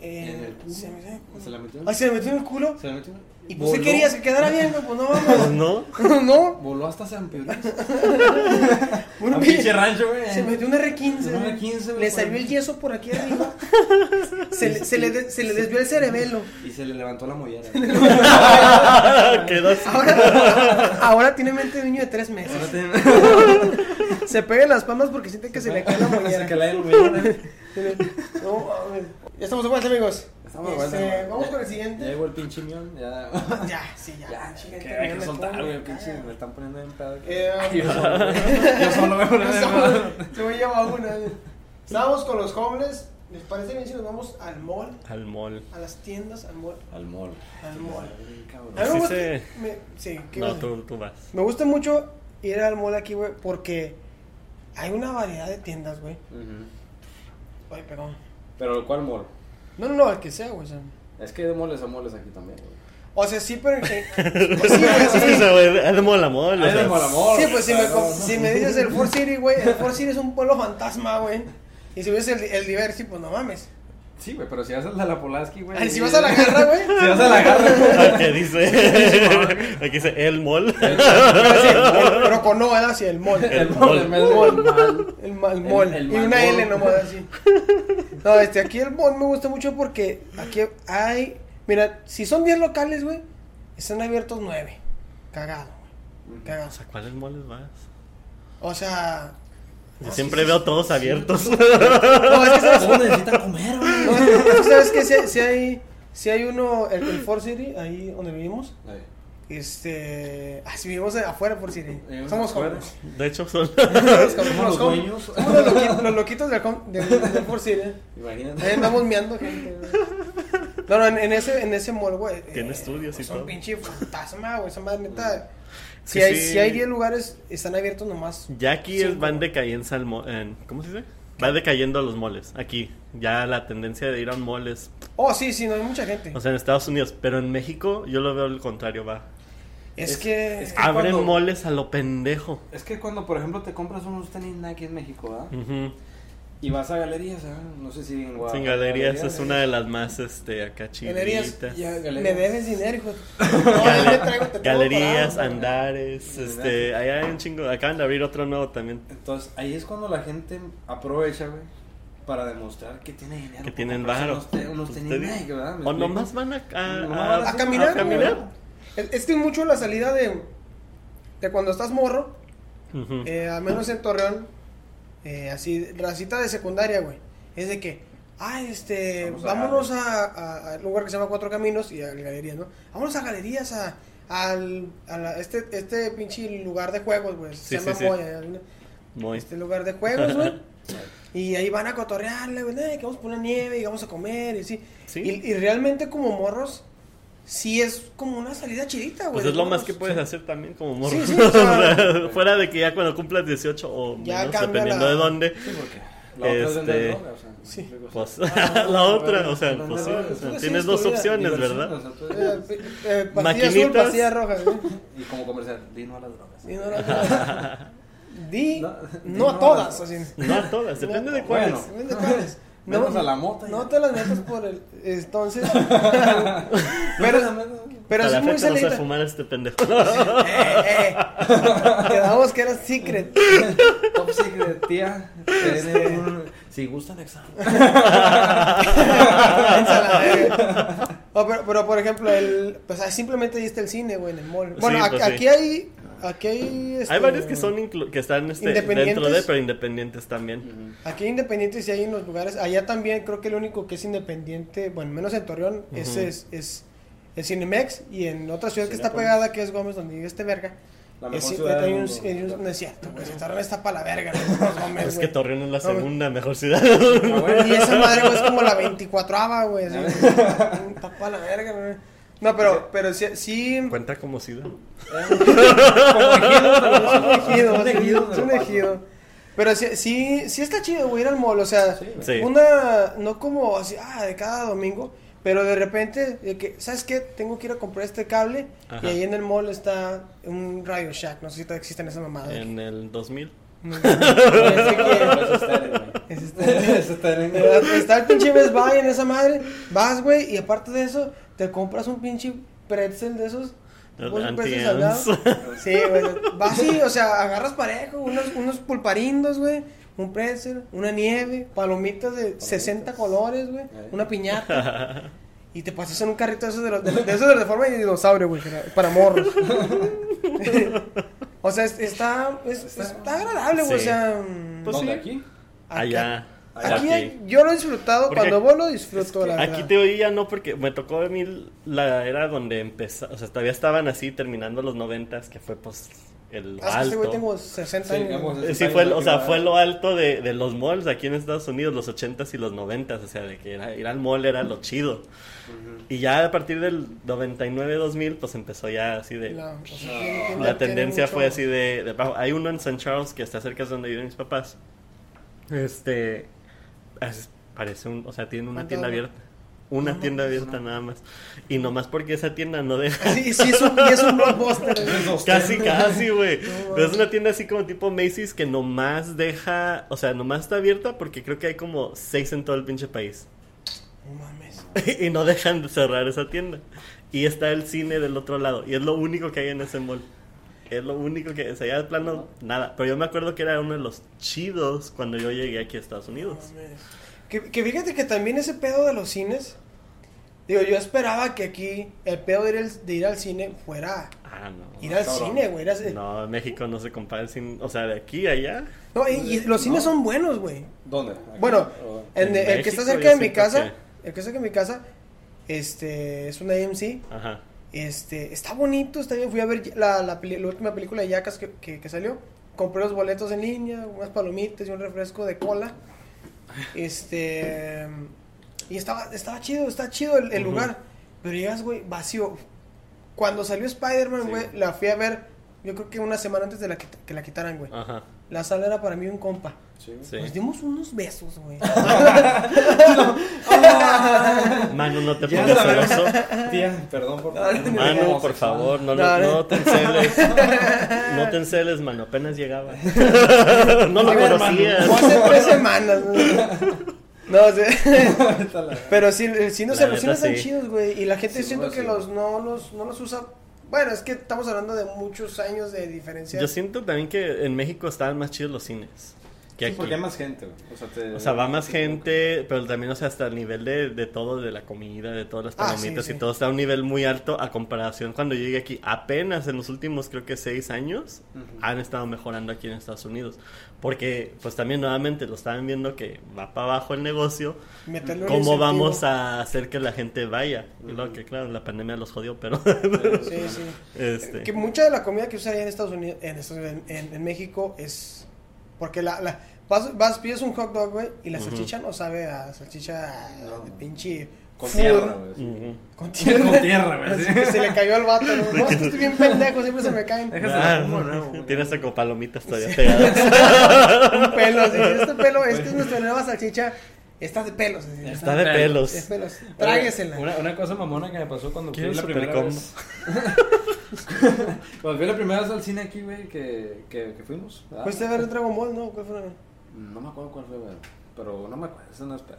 Eh, En el culo. se, metió en el culo. ¿Se la metió? Ah, se la metió en el culo. Se la metió. Y pues, ¿qué Voló- querías? ¿Que quedara bien? güey? Pues no, vamos. ¿No? no. Voló hasta San Pedro. Bueno, Un pinche- pinche rancho, güey. se metió un R15. Un güey. R15, güey, le por salió ahí. el yeso por aquí arriba. se, le, se, le de- se le desvió el cerebelo. Y se le levantó la mollera. Quedó así. Ahora, ahora tiene mente de niño de tres meses. Se pega en las palmas porque siente que se le cae la Se mollera. le cae la mollera. No, mames. ya estamos de vuelta, amigos. No Este, me aguanto, güey. vamos Ya- con el siguiente. Ya llegó el pinche mión, ya. Ya, sí, ya. Ya, pinche que gente, hay ya que me soltar, pongo, güey, me pinche, caga. me están poniendo en pedo. aquí. Eh, Yo solo, güey. Yo solo me pongo en pedo. Se me lleva una. Estábamos con los homeless. ¿Les parece bien si nos vamos al mall? Al mall. A las tiendas, al mall. Al mall. Al mall. Cabrón. A mí me Sí gusta- se- me- sí, ¿qué ibas No, a tú, tú vas. Me gusta mucho ir al mall aquí, güey, porque hay una variedad de tiendas, güey. Ujú. Ay, perdón. Pero ¿cuál mall? No, no, no, el que sea, güey. O sea, Es que hay de moles a moles aquí también, güey. o sea, sí, pero... que- pues sí, güey, Es que sí. se ve- es de mall a mall. o Hay Ah, de sea, mall a mall, Sí, pues si me, claro. com- si me dices el Four City, güey, el Four City es un pueblo fantasma, güey. Y si ves el, el Diversi, pues no mames. Sí, güey, pero si vas a la, la Polaski, güey. Ay, si vas a la garra, güey. Si vas a la garra, güey. Aquí dice, aquí dice el mall. Pero sí, el mall, pero con O, ¿verdad? Así, el mall. El El mall. mall, El, el mall. ma- el mall. El- el y una mall. L nomás así. No, este, aquí el mall me gusta mucho porque aquí hay. Mira, si son 10 locales, güey, están abiertos 9. Cagado, güey. Cagado. O sea, ¿cuáles malls vas? O sea. Yo no, siempre Ah, sí, veo todos abiertos. No, es que sabes. ¿Cómo necesitan comer, güey? no, es que sabes que si, hay- si hay. Si hay uno, el, el Fort City, ahí donde vivimos. Ay, Este. Ah, si vivimos afuera, Fort City. Eh, Somos afuera. jóvenes. De hecho, son. Somos los Somos los hom- dueños. somos los loqui- los loquitos del, hom- del, del Fort City. Ahí Imagínate. Eh, andamos meando gente, güey. No, no, en, en ese, en ese mall, güey. Tiene estudios y pues, son todo. pinche fantasma, güey. Esa madre neta. Si, Sí, hay, sí. si hay 10 lugares, están abiertos nomás. Ya aquí Sí, es- van güey. decayendo al mo- en- ¿Cómo se dice? Va decayendo los moles. Aquí. Ya la tendencia de ir a un mall es. Oh, sí, sí, no hay mucha gente. O sea, en Estados Unidos. Pero en México yo lo veo al contrario, va. es, es- que. es que- Abren cuando- moles a lo pendejo. Es que cuando, por ejemplo, te compras unos tenis Nike en México, ¿verdad? Ujú. Y vas a galerías, ¿ah? No sé si en Guadalajara. eh. Sin galerías es una de las más, este, acá Galerías. chiditas. Ya, galerías. me debes dinero, hijo. No, ahí te traigo, te tengo Galerías, parado. andares, este, ahí hay un chingo. Acaban de abrir otro nuevo también. Entonces, ahí es cuando la gente aprovecha, güey, para demostrar que tiene dinero. Que para tienen comprarse varo. Unos, te- unos Pues tenis te digo. Nike, ¿verdad? ¿Me O explico? nomás van a, a- Nomás van a caminar, a caminar. Es, es que es mucho la salida de. De cuando estás morro. Ujú. Eh, al menos en Torreón, eh, así, racita de secundaria, güey. Es de que, ay, este, Vamos a- vámonos a, a- a un lugar que se llama Cuatro Caminos y a galerías, ¿no? Vámonos a galerías, a, al, a la- este, este pinche lugar de juegos, güey. Sí, Se sí, llama sí. Moya, ¿no? Muy. Este lugar de juegos, güey. Y ahí van a cotorrearle, güey, "Ay, que vamos por una nieve y vamos a comer y sí. Sí. Y, y realmente como morros, sí es como una salida chidita, güey. Pues de es lo más que morros. puedes hacer también como morro. Sí, sí, o sea, O sea, fuera de que ya cuando cumplas 18 o Ya menos, cambia dependiendo la- de dónde, Sí, porque la otra es vender Este, droga, o sea. ¿me sí. explico? pues Ah, la otra, bueno, o sea, vender pues sí, droga, o sea, Tú tienes decides dos tu vida, opciones, diversión, o ¿verdad? sea, tú- Eh, pi- eh, pastilla azul, Maquinitas. pastilla roja, güey. Y como comercial, di no a las drogas. Sí, no, no, no. Di no, No, di a no. todas. así. No a todas, depende de cuáles. Bueno. Depende de cuáles. Menos a la mota, No ya. te las metas por el. Entonces. Pero, Pero a sí la es muy fecha no sé salida. fumar a este pendejo. Eh, eh. Quedamos que era secret. top secret, tía. tiene un- Si gustan, examen. Piénsala, eh. No, pero, pero, por ejemplo, el, pues ah, simplemente diste el cine, güey, en el mall. Bueno, Sí, a- pues, sí. aquí hay. Aquí hay. este, Hay varios que son inclu- que están este, dentro Independientes. de, pero independientes también. Aquí independientes sí hay en los lugares. Allá también creo que el único que es independiente, bueno, menos en Torreón, es, Ujú. es, es el Cinemex. Y en otra ciudad que está Cinépolis. pegada, que es Gómez, donde vive este verga. La es, mejor ciudad hay del un- mundo. hay un- no es cierto, güey. si Torreón está para la verga, no es Gómez, Es que güey. Torreón es la No, güey. segunda mejor ciudad. Ah, bueno. Y esa madre, güey, es como la 24 güey. así, Está para la verga, güey. No, pero, pero sí. sí Cuenta como ciudad. es un ejido, Un ejido, es un ejido. Pero sí, sí, sí está chido, güey, ir al mall. O sea, Sí, güey. Sí. Una, no como así, ah, de cada domingo, pero de repente, de que, ¿sabes qué? Tengo que ir a comprar este cable Ajá. y ahí en el mall está un Radio Shack, no sé si todavía existen esas mamadas. En Pues el 2000. No, parece que- Eso Pues está en, güey. es este- Eso está en- Está el pinche Best Buy en esa madre, vas, güey, y aparte de eso, te compras un pinche pretzel de esos. unos pretzels al lado. Sí, güey. Vas y, o sea, agarras parejo, unos, unos pulparindos, güey. Un pretzel, una nieve, palomitas de 60 colores, güey. Ahí. Una piñata. Y te pasas en un carrito de esos de, los, de, de esos de, forma de dinosaurio, güey. que era Para morros. o sea, es- está, es- Está- está agradable, güey. O Sí. sea, mm, Pues ¿Dónde sí. aquí? acá- Allá. Allá Aquí aquí. yo lo he disfrutado, Porque cuando aquí- vos lo disfruto, la verdad. Aquí te oía, no, porque me tocó a mí la era donde empezó, o sea, todavía estaban así terminando los noventas, que fue pues el Ah, es que este güey alto. tengo 60 Sí, años. digamos, güey. Eh, Sí, fue, el- o sea, fue lo alto de, de los malls aquí en Estados Unidos, los 80s y los 90s, o sea, de que era- ir al mall era lo chido. Y ya a partir del 99-2000, pues empezó ya así de... La, o sea, tiene- tiene- tiene La tendencia mucho- fue así de, de bajo. Hay uno en San Charles que está cerca de donde viven mis papás. Este. es- parece un. O sea, tiene una ¿Cuánto tienda vale? abierta. Una No tienda mames, abierta no. nada más. Y nomás porque esa tienda no deja. Sí, sí, es un, y es un blockbuster. güey. Casi, casi, güey. No, Pero es mames. una tienda así como tipo Macy's que nomás deja. O sea, nomás está abierta porque creo que hay como seis en todo el pinche país. No mames. y no dejan de cerrar esa tienda. Y está el cine del otro lado. Y es lo único que hay en ese mall. Es lo único que. O sea, ya de plano, nada. Pero yo me acuerdo que era uno de los chidos cuando yo llegué aquí a Estados no Unidos. mames. Que, que fíjate que también ese pedo de los cines. Digo, yo esperaba que aquí el pedo de ir, al- de ir al cine fuera Ah, no. ir al cabrón. cine, güey. ir a- No, en México no se compara el cine. O sea, de aquí a allá. No, y, y los cines son buenos, güey. ¿Dónde? ¿Aquí? Bueno, ¿O- en- En el que México está yo cerca de mi siento casa, el que está cerca de mi casa, este, es una AMC. Ajá. Este, está bonito, está bien. Fui a ver la, la peli- la última película de Yacas que, que- que salió. Compré los boletos en línea, unas palomitas y un refresco de cola. Este, y estaba, estaba chido, está chido el, el Ujú. lugar. Pero llegas, güey, vacío. Cuando salió Spider-Man, Sí. güey, la fui a ver, yo creo que una semana antes de la, quit- que la quitaran, güey. Ajá. La sala era para mí un compa. Sí. Ah. Sí. Nos dimos unos besos, güey. Ah. Mano, no te Ya pongas sabes. celoso. Tía, perdón por Mano, por favor, no, lo- No, no. no te enceles. No te enceles, mano. Apenas llegaba. No A lo ver, conocías. Fue hace tres semanas. No, o sea, Ahorita la- pero sí, eh, sí, no La sé, los neta, cines están sí. chidos, güey. Y la gente Sí, siento bueno, que sí. los no los no los usa. Bueno, es que estamos hablando de muchos años de diferencia. Yo siento también que en México estaban más chidos los cines. Que Sí, aquí. porque hay más gente, güey. O sea, te- O sea, va más gente, pero también, o sea, hasta el nivel de, de todo, de la comida, de todas las Ah, palomitas sí, sí. y todo, está a un nivel muy alto a comparación cuando yo llegué aquí. Apenas en los últimos, creo que seis años, Ujú. han estado mejorando aquí en Estados Unidos. Porque, pues también nuevamente lo estaban viendo que va para abajo el negocio. Meterle un ¿Cómo incentivo. vamos a hacer que la gente vaya? Y luego que, claro, la pandemia los jodió, pero. Sí, sí. este, Que mucha de la comida que usaría en Estados Unidos, en, Estados Unidos- en, en México es porque la, la vas, vas pides un hot dog, güey, y la Ujú. salchicha no sabe a salchicha de pinche Con food. tierra, güey. sí. ujú. Con tierra. Con tierra, güey, Así sí. que se le cayó al vato. ¿no? No, es que estoy bien pendejo, siempre se me caen. Déjasela Ah, como nuevo, Tiene güey. hasta como palomitas todavía Sí. pegadas. Un pelo, así. Este pelo, esta es nuestra nueva salchicha. Está de pelos. así, Está de pelos. de pelos. Tráguesela. Una, una cosa mamona que me pasó cuando fui Quiero la un primera supercombo. vez. cuando fui la primera vez al cine aquí, güey, que, que, que fuimos. ¿verdad? Fuiste a ver el Dragon Ball, ¿no? ¿Cuál fue la- No me acuerdo cuál fue, güey. Pero no me acuerdo, esa no espera.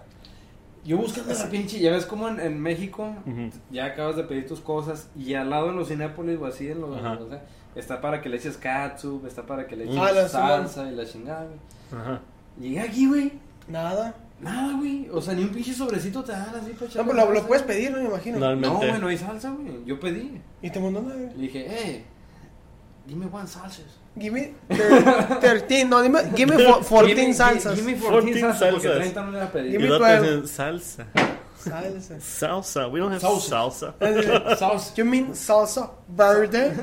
Yo buscando esa pinche, ya ves como en, en México, Ujú. ya acabas de pedir tus cosas y al lado en los Cinépolis o así, en los, Ajá. Mm. o sea, está para que le eches katsup, está para que le eches Ah, la salsa y la chingada, güey. Ajá. Llegué aquí, güey, Nada. nada, güey. O sea, ni un pinche sobrecito te dan así pues, para No, pero echarle lo, lo salsa. puedes pedir, no me imagino. Normalmente. No, güey, no hay salsa, güey. Yo pedí. Y te mandó una. Le dije, eh, dime one salsas. Give me thir- 13, no, dime, give me fo- 14 salsas. Give me 14 14 salsas porque salsas. 30 no le Y Give me pedí. luego te twelve. dicen salsa. Salsas. Salsa. We don't have salsa. Salsa. Salsa. You mean salsa verde?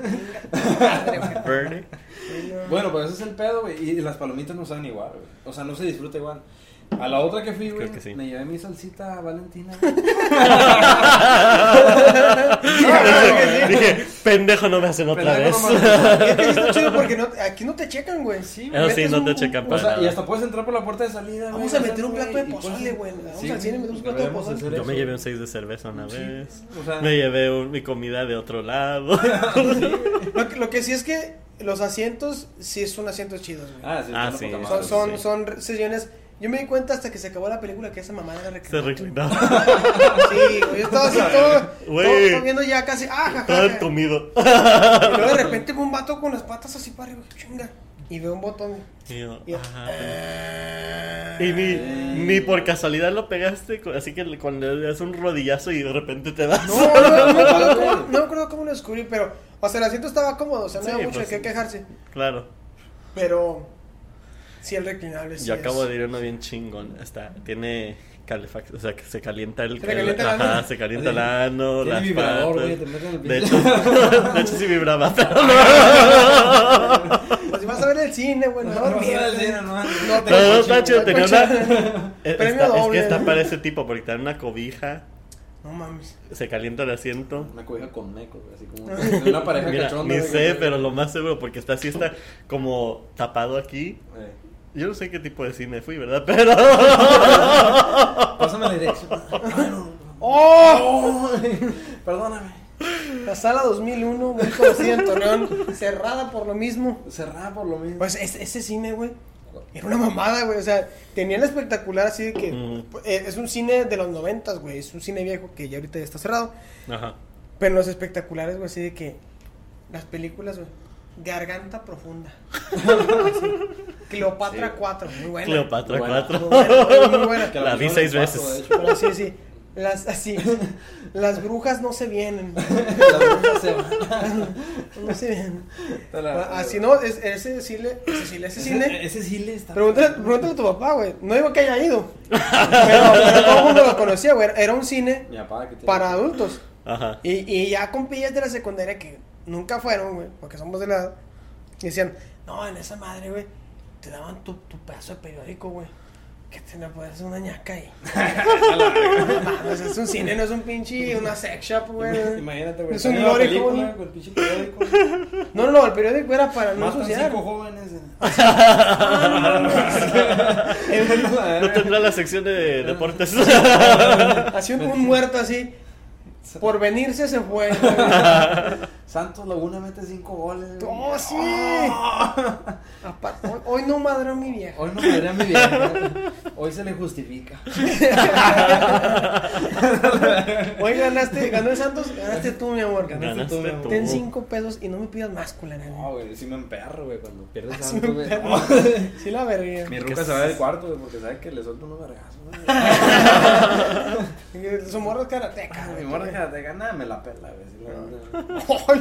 Verde. Bueno, pues ese es el pedo, güey. Y las palomitas no saben igual, güey. O sea, no se disfruta igual. A la otra que fui, Creo güey, que sí. me llevé mi salsita valentina. güey. Ah, güey, Dije, pendejo, no me hacen otra Pendejo, vez. no mames. Es que sí está chido porque no, aquí no te checan, güey. Sí, güey. Eso sí, metes no un- te checan O para sea, y nada. hasta puedes entrar por la puerta de salida, güey. Vamos a O sea, meter un plato de y puedes- pozole, güey. Vamos al cine y metemos un plato de deberíamos pozole. hacer Yo me eso, llevé un güey. 6 de cerveza una Sí, vez. O sea, Me llevé un- mi comida de otro lado. Lo, que- lo que sí es que los asientos, sí son asientos chidos, güey. Ah, sí, Ah, está sí, poca eso madre, son, son, sí. son re- sesiones. Yo me di cuenta hasta que se acabó la película que esa mamada era Se recreativa. reclinaba. Sí, güey, yo estaba así todo, todo, Güey. todo viendo ya casi. Ah, ja, Todo el ja, ja. comido. Y luego de repente veo un vato con las patas así para arriba, chinga. Y veo un botón. Y yo, Y, yo, ajá, pendejo. "Ah". Y ni, ni por casualidad lo pegaste, co- así que le- cuando le das un rodillazo y de repente te vas. No, no, no, me acuerdo cómo- no me acuerdo cómo lo descubrí, pero. O sea, el asiento estaba cómodo, o sea, no Sí, había mucho pues, de qué quejarse. Claro. Pero. Sí, el reclinable. sí Yo es. acabo de ir a uno bien chingón. Está, tiene calefacción, o sea, que se calienta el... Se le calienta el ano. Ajá, se calienta el ano, Tiene las vibrador, patas. güey, te meten el De hecho, pinche- de hecho sí vibraba, pero no. Pues si vas a ver el cine, güey. No, No, no vas a ver el olvides. cine, no. No, No, no, tengo está chido, tenía coche. una... eh, Premio está- es doble, que está ¿no? para ese tipo, porque te dan una cobija, No mames. se calienta el asiento. Una cobija con meco, güey, así como de una pareja Mira, cachonda. ni güey, sé, que- pero lo más seguro, porque está así, está como tapado aquí. Eh, Yo no sé qué tipo de cine fui, ¿verdad? Pero... Pásame la dirección. Ay, no, ¡Oh! no. Perdóname. La sala 2001, muy conocida en Torreón, cerrada por lo mismo. Cerrada por lo mismo. Pues es- ese cine, güey, era una mamada, güey. O sea, tenía el espectacular así de que Mm. eh, es un cine de los noventas, güey. Es un cine viejo que ya ahorita ya está cerrado. Ajá. Pero los espectaculares, güey, así de que las películas, güey. Garganta profunda. Así. Cleopatra Sí. 4, muy buena. Cleopatra Bueno. 4. Muy buena, muy buena. la vi pusieron seis en cuatro, veces. de hecho. Pero sí, sí. Las, así, las brujas no se vienen. La bruja se va. No se vienen. Te la- Así Ah, no, es- ese cine, ese cine, ese cine. Ese sí le está. Pregúntale, pregúntale a tu papá, güey. No digo que haya ido. Pero, pero todo el mundo lo conocía, güey. Era un cine Mi papá que tiene- para adultos. Ajá. Y, y ya con pillas de la secundaria que nunca fueron, güey, porque somos de la edad, decían, no, en esa madre, güey, te daban tu, tu pedazo de periódico, güey. Que te la puedes hacer una ñaca ahí. No mames, es un cine, no es un pinche, una sex shop, güey. Imagínate, güey. Es un salió la lore, película, ¿cómo no? Con el pinche periódico. No, no, no, el periódico era para no Matan ensuciar. cinco jóvenes. en- No tendrá la sección de deportes. Así un, un muerto así, por venirse se fue. güey. Santos Laguna mete cinco goles. güey. ¡Oh, sí! ¡Oh! Aparte, hoy, hoy no madró mi vieja. Hoy no me a mi vieja. Hoy se le justifica. Hoy ganaste, ganó el Santos, ganaste tú, mi amor. Ganaste tú, Ganaste mi amor. tú. Ten cinco pesos y no me pidas más, culera. güey. No, güey, sí me emperro, güey, cuando pierdes Sí me Santos, güey. emperro. Sí la vergué. Mi ruca se va del cuarto, güey, porque sabe que le suelto unos vergazos, güey. Su morro es karateca, Ah, Mi güey. morra que te gana me la pela, güey. sí, la- Oh, el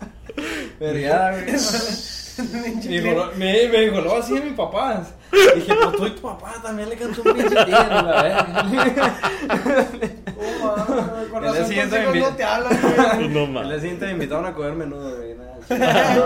Verga. Verga, güey. Me dijo, me, me dijo, lo así a mi papá. Dije, pues tú y tu papá también le cantó un pinche tiro, la verga. Oh, mamá, Con El día razón, siguiente me tus hijos invita- no te hablan, No El mames. día siguiente me invitaron a comer menudo, güey. nada,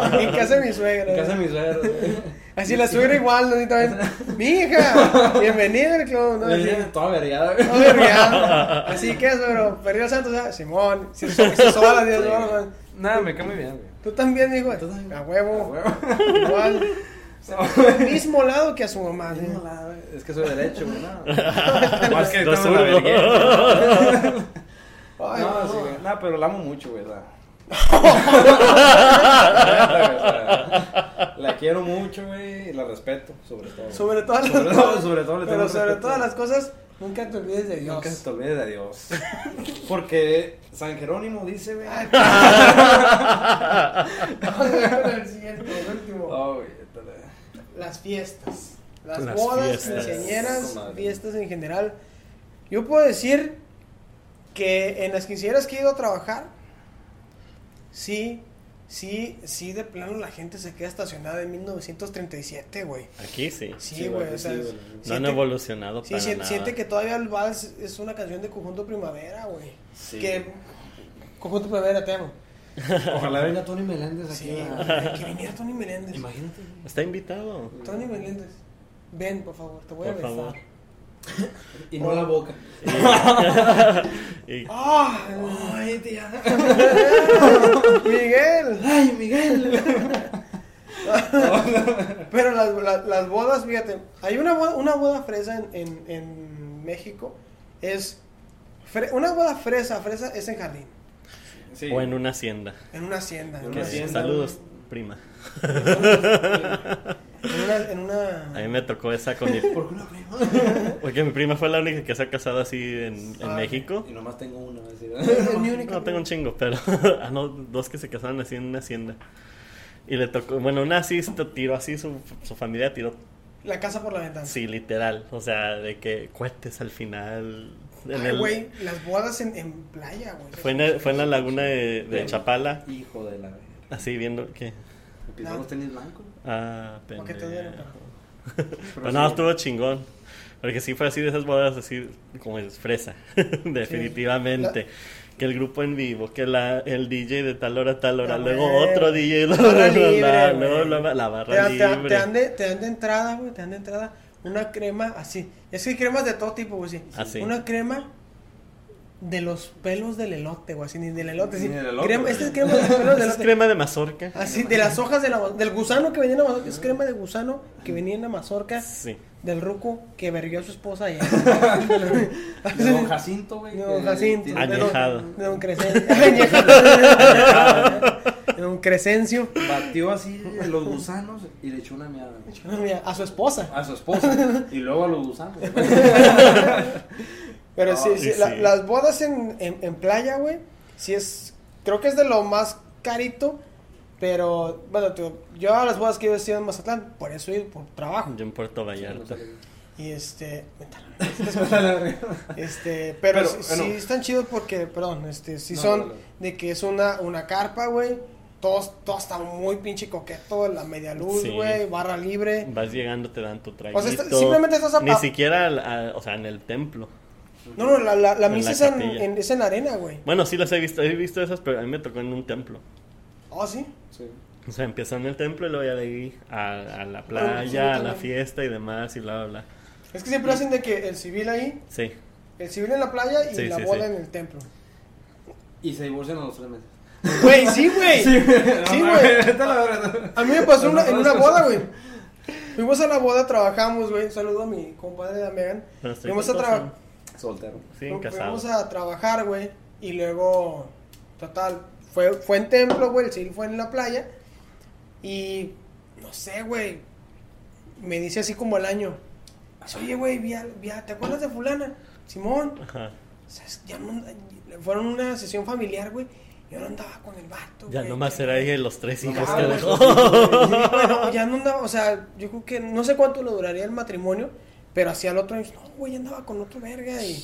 güey. En casa de mi suegra. En casa de güey. mis suegros, güey. Así la suegra igual, ¿no? Y también, ¡Mija! Bienvenida al club, ¿no? Me Así. viene toda vergada, güey. No, verga. Así que, suegro, perdió el Santos, ¿ah? Simón. Si so- si soba las 10 horas, ¿no? Nada, me cae muy bien, güey. Tú también, hijo. Tú también. A A huevo. huevo. Igual. Al mismo lado que a su mamá. ¿eh? ¿sí? No, la- Es que soy derecho, güey. No. Más que No estamos en la zurdo. verguera. Ay, no. No, sí, güey. No, pero la amo mucho, güey. La, la quiero mucho, güey. Y la respeto, sobre todo. Sobre todas las Sobre todo- cosas. sobre todo le tengo pero sobre respeto. todas las cosas, nunca te olvides de Dios. Nunca se te olvides de Dios. Porque San Jerónimo dice, güey. Ay, Vamos con el siguiente, el último. Oh, güey, tala. Las fiestas. Las, Las bodas, fiestas. quinceañeras, Madre. fiestas en general. Yo puedo decir que en las quinceañeras que he ido a trabajar, sí, sí, sí, de plano la gente se queda estacionada en 1937, güey. Aquí sí. Sí, Sí, güey, güey, o sea, sí, es- güey. No han No han siente- evolucionado Sí, para sien- nada. siente que todavía el vals es una canción de Conjunto Primavera, güey. Sí. Que Conjunto Primavera te amo. Ojalá venga Tony Meléndez Pues aquí. Sí, güey. güey, hay que viniera Tony Meléndez. Imagínate. güey. Está invitado. Tony Meléndez, ven, por favor, te voy a Por besar. favor. Y no la boca. Y- ¡Ah! Ay, tía. Miguel. Ay, Miguel. Pero las, las- las bodas, fíjate, hay una boda, una boda fresa en, en- en México. Es fre- una boda fresa, fresa es en jardín, Sí. O en una hacienda. en una hacienda. En en una una Que- hacienda. Saludos, prima. En una. En A mí una... me tocó esa con mi... ¿Por qué una prima? Porque mi prima fue la única que se ha casado así en, en Ah, México. Y nomás tengo una. así. Es mi única. No, tengo un chingo, pero... ah, no, dos que se casaron así en una hacienda. Y le tocó... Bueno, una así se tiró así, su, su familia tiró La casa por la ventana. Sí, literal. O sea, de que cohetes al final. En Ay, el- güey, las bodas en, en playa, güey. fue, en el- fue en la laguna de, de Sí. Chapala. Hijo de la verga. Así viendo que. Me pisaron los tenis blancos. Ah, Porque te pendejo. duele, pero- Pero no, sí. estuvo chingón. Porque sí fue así de esas bodas, así como es fresa. Definitivamente. Que el grupo en vivo, que la, el DJ de tal hora a tal hora, Ah, luego güey. otro DJ, Barra bla, bla, bla, libre, bla, güey. luego la, la barra Te, dan- te dan- libre. te dan de, te dan de entrada, güey, te dan de entrada una crema así. Es que hay cremas de todo tipo, güey, sí. Así. Una crema de los pelos del elote, güey, así, ni del elote, sí. Ni del elote, Crema- güey. esta es crema de los pelos del Esa es elote. crema de mazorca. Así, de las hojas de la- del gusano que venía en la mazorca, es crema de gusano que venía en la mazorca Sí. del ruco que verguió a su esposa allá. De Don Jacinto, güey. No, que- Jacinto. tiene- Añejo. Añejado. De don Crescencio. Añejado. De don Crescencio. Batió así los gusanos y le echó una mierda. güey. Mira, A su esposa. A su esposa. Y luego a los gusanos. güey. Pero Ah, sí, sí, sí, la- sí. las bodas en, en, en playa, güey, sí es, creo que es de lo más carito, pero, bueno, te digo, yo a las bodas que yo he sido en Mazatlán, por eso he ido, por trabajo. Yo en Puerto Vallarta. Y este, métala. Pero Este, pero, Pero, sí, bueno. sí están chidos porque, perdón, este, sí No, son no, no. de que es una, una carpa, güey. Todo, todo está muy pinche coqueto, la media luz, Sí. güey, barra libre. Vas llegando, te dan tu traguito. O sea, está- simplemente estás a Ni pa- siquiera, al- a- o sea, en el templo. No, no, la, la, la En misa la es, en, capilla. en- es en la arena, güey. Bueno, sí las he visto, he visto esas, pero a mí me tocó en un templo. Oh, sí. O sea, empiezan en el templo y luego ya de ahí a, a la Bueno, sí, yo playa, a la también. fiesta y demás y bla, bla, bla. Es que siempre hacen de que el civil ahí, Sí, el civil en la playa y Sí, la sí, boda en sí. el templo. Y se divorcian a los tres meses. Güey, sí, güey. Sí, güey. Está la verdad. A mí me pasó No, una- no, en no, una no, boda, no. güey. Fuimos a la boda, trabajamos, güey. Saludo a mi compadre de Megan. Pero estoy Fuimos a casado. trabajar. Soltero. sí, Fu- casado. Fuimos a trabajar, güey. Y luego, total, fue, fue en templo, güey. El civil fue en la playa. Y no sé, güey. Me dice así como el año. Oye, güey, vi a- vi a- ¿te acuerdas de fulana? Simón. Ajá. ¿sabes? Ya no and- fueron a una sesión familiar, güey. Yo no andaba con el vato. Ya güey, nomás que- era ella y los tres Ya, hijos que güey, dejó. sí, güey, no, ya no andaba, o sea, yo creo que no sé cuánto le duraría el matrimonio, pero hacia el otro año, no, güey, andaba con otro verga y,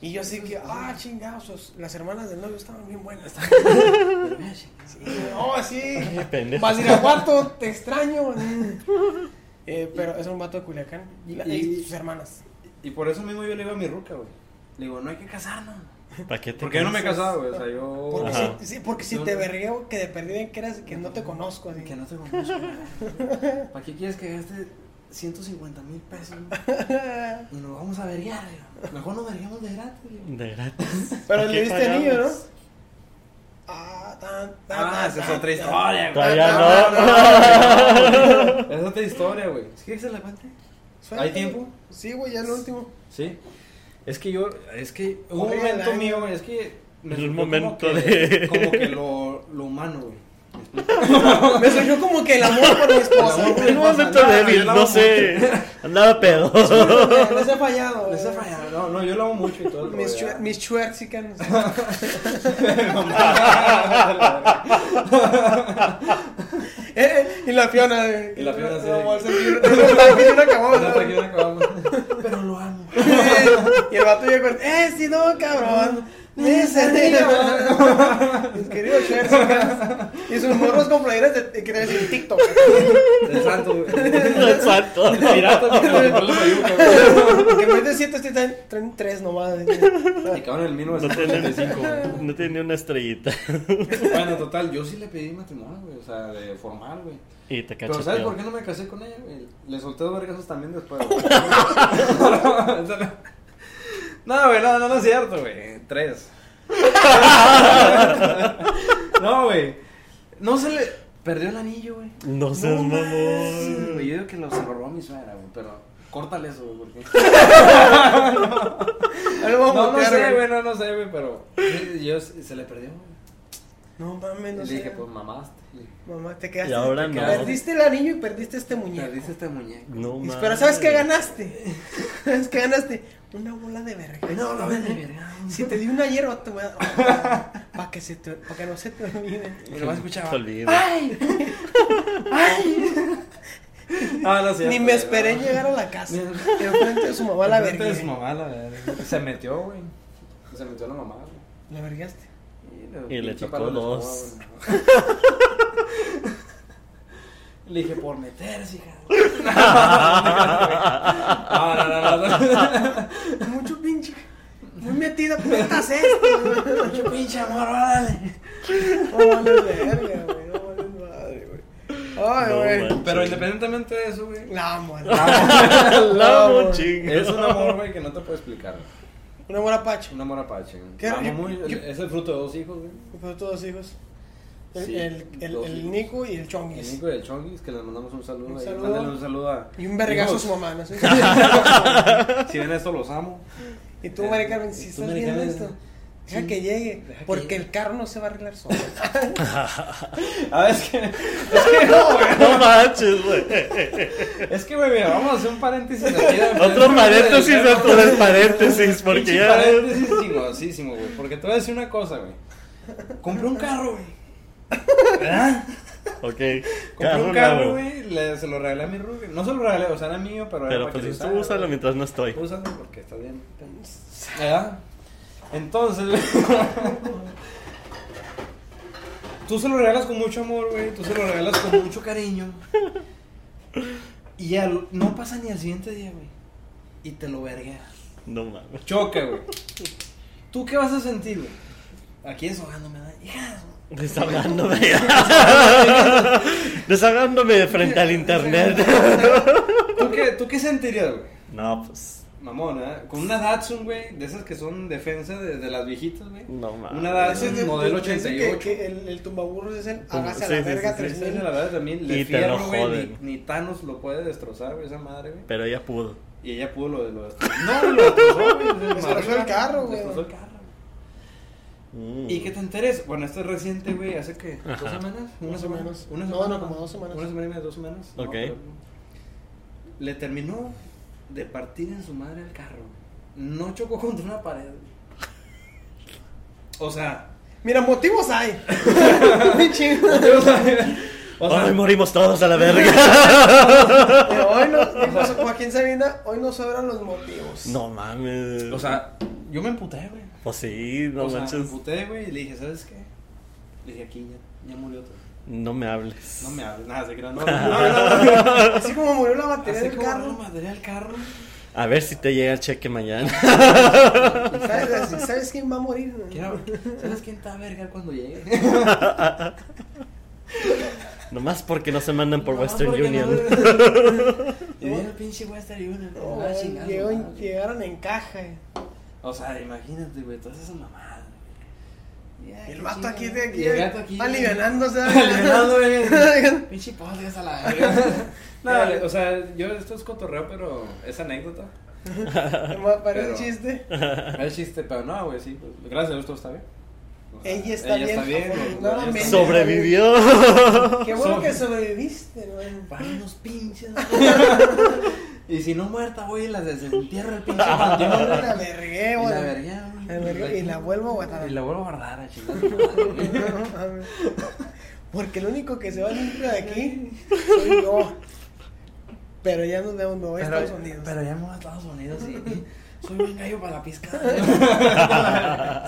y yo así que, ah, chingados, os- las hermanas del novio estaban bien buenas. "Oh, Sí, no, así, pendejo. vas a ir a cuarto, te extraño. Eh, pero es un vato de Culiacán y, la- y Y- sus hermanas. Y por eso mismo yo le digo a mi ruca, güey. Le digo, no hay que casarnos. ¿Para qué te Porque yo no me he casas? casado, güey. O sea, yo. Porque, Ajá. si, sí, porque si te vergueo que de perdida que eras que no te conozco. así. Que no te conozco. güey. ¿Para qué quieres que gaste 150 mil pesos? güey? Y nos vamos a verguear, güey. Mejor nos verguemos de gratis, güey. De gratis. Pero ¿Para le qué diste anillo, ¿no? pagamos? Ah, tan, tan, Ah, tan, esa es tan, otra tan. historia, güey. Todavía Ah, no. Esa es otra historia, güey. ¿Es que se la cuente? Suéltalo. ¿Hay tiempo? Sí, güey, ya es lo último. Sí. Es que yo, es que hubo un Corre momento el año. mío, güey, es que Es surgió un momento como que, de- como que lo, lo humano, güey. Me surgió como que el amor por mi esposa. El amor por güey. Un No momento pasa nada, débil, yo la amo. no sé. Andaba pedo. Les he fallado. Les he güey. fallado, no, no, yo lo amo mucho y todo. pero Mis ya. chue- Mis chuercicanos. Eh, eh, Y la Fiona. eh, Y la Fiona, sí. la bolsa, y una- la Fiona acabó, No, ¿no? tranquilo, acabamos. Pero lo amo. Eh, Y el vato llegó. Eh, sí, no, cabrón. Me se ríe. Mis queridos chuercicanos. Y sus morros con playeras de, que tenés en TikTok. El santo, güey. Exacto. Pirata, que le ponen la yuca, güey. Porque en vez de siete, este traen- traen tres nomás. Y cabrón, en el No tiene, 1975. güey. no tiene ni una estrellita. Bueno, total, yo sí le pedí matrimonio, güey. O sea, de formal, güey. Y te Pero ¿sabes por qué cachateó. no me casé con ella? güey? Le solté dos vergazos también después. güey. no, güey, no, no, no es cierto, güey. Tres. no, güey. No se le... Perdió el anillo, güey. No seas Sí, mamón. güey, yo digo que lo se lo robó mi suegra, güey, pero... Córtale eso, güey, porque... Ahí lo vamos a No, no mutear, sé, güey. güey, no, no sé, güey, pero... sí, Yo, se le perdió, güey. No mames, Y no le sé. dije, pues mamaste. Le dije, Mamá, te quedaste. Y ahora te no. Perdiste el anillo y perdiste este muñeco. Perdiste este muñeco. No Y- mames. Pero ¿sabes qué ganaste? ¿Sabes qué ganaste? Una bola de verga. No, no, ven, verga. Si te di una hierba, te voy a dar para que, se te- pa' que no se te olvide. Y lo vas a escuchar. Se olvida. ¡Ay! ¡Ay! Ah, no, sí, Ni ya, me pero- esperé en llegar a la casa. Enfrente de su mamá la Enfrente de su vergué. mamá, la verga. Se metió, güey. Se metió la mamá, güey. La vergueaste. Y le pinche chocó palo dos. escoba, güey. Le dije, por meterse, hija. No, no, no, no, no. Mucho pinche. Muy metida, ¿por qué estás esto? Mucho pinche amor, órale. No vales verga, güey. No vales madre, güey. No, Ay, güey. man. Pero independientemente de eso, güey. La amo, la amo. La amo. amo, chingo. Es un amor, güey, que no te puedo explicar. güey. Un amor apache. Un amor apache. güey. ¿Qué? Amo Yo- muy- yo- Es el fruto de dos hijos, güey. Pero todos hijos. El, Sí, el, el, dos el hijos. Nico y el El Chongis. Nico y el Chonguis, que les mandamos un saludo. Un ahí. saludo. Mándenle un saludo a. Y un vergazo a Hijos, su mamá, ¿no? sé. Si ven esto, los amo. Y tú, María Carmen, si Y tú, estás Mari viendo Carmen, esto, sí, deja que llegue. deja que porque llegue. el carro no se va a arreglar solo. A ver, es que. Es que no, güey. No manches, güey. Es que, güey, mira, vamos a hacer un paréntesis aquí. Otro paréntesis dentro del paréntesis, porque Pinche ya. paréntesis chingosísimo, güey. Porque te voy a decir una cosa, güey. Compré un carro, güey. ¿Verdad? Ok. Compré un Carro carro, nuevo. güey. le- Se lo regalé a mi Ruby. No se lo regalé, o sea, era mío, pero era Pero para que pues lo tú úsalo güey. mientras no estoy. Úsalo porque está bien. ¿Verdad? Entonces, güey. Tú se lo regalas con mucho amor, güey. Tú se lo regalas con mucho cariño. Y al- no pasa ni al siguiente día, güey. Y te lo verga. No mames. Choca, güey. ¿Tú qué vas a sentir, güey? Aquí deshogándome, ¿verdad? Hija, Desahogándome. Desahogándome frente al internet. ¿Tú qué, ¿Tú qué sentirías, güey? No, pues. Mamona, ¿eh? Con una Datsun, güey. De esas que son defensa de, de las viejitas, güey. No mames. Una edad- Ese es el- Modelo ese que- 88. que el, el tumbaburros es el Tum- hágase a sí, la sí, verga sí, sí, Esa 3000. es la verdad también. Y Le te lo fierro, güey. Ni, joden. ni Thanos lo puede destrozar, güey, esa madre, güey. Pero ella pudo. Y ella pudo lo de lo destrozó. No, lo destrozó, güey. Destrozó el carro, güey. Destrozó el carro, güey. Mm. ¿Y qué te enteres? Bueno, esto es reciente, güey, hace que dos Ajá. semanas, una Más o semana, menos. una No, semana, no, como dos semanas. una semana y media, dos semanas. Ok. pero- le terminó de partir en su madre el carro. No chocó contra una pared. O sea, Mira, motivos hay. Chingo. o sea, o sea, Ay, morimos todos a la verga. Pero hoy no, dijo su- Joaquín Sabina, hoy no sobran los motivos. No mames. o sea, yo me emputé, güey. Pues sí, no o sea, me manches. emputé, güey, y le dije, ¿sabes qué? Le dije, aquí ya, ya murió todo. No me hables. No me hables, nada, se crean. No, no, no, no, no. Así como murió la batería Así del como "Ah, carro. no, madre, el carro. A ver si te llega el cheque mañana. ¿Sabes, así, ¿Sabes quién va a morir? Quiero- ¿Sabes quién te va a vergar cuando llegue? Nomás porque no se mandan por No, Western porque no- Union. Y viene el pinche Western Union. No, ah, chingada, llegó- madre. llegaron en caja. eh. O sea, imagínate, güey, todas esas mamadas. güey. Ya, Y El qué vato chingada. aquí de aquí. Y el gato aquí. Alivianándose. Alivianando, güey. Pinche podcast a la verga. No, o sea, yo esto es cotorreo, pero es anécdota. Me parece Pero- un chiste. Es chiste, pero no, güey, sí. pues, gracias a Dios todo está bien. O sea, Ella está bien, afortunadamente. güey, Sobre- Sobrevivió. Qué bueno So- que sobreviviste, hermano. Para unos pinches. y si no muerta, güey, las desentierro el pinche Yo panteón. güey. la vergué, Y güey. la vergué, güey. La vergué, y la vuelvo a guardar. Y la vuelvo a guardar, a chingar su madre, güey. No, mames. Porque el único que se va limpio de aquí soy yo. Pero ya nos vemos, me voy a Pero- Estados Unidos. Pero ya me voy a Estados Unidos y soy un gallo para la pizca.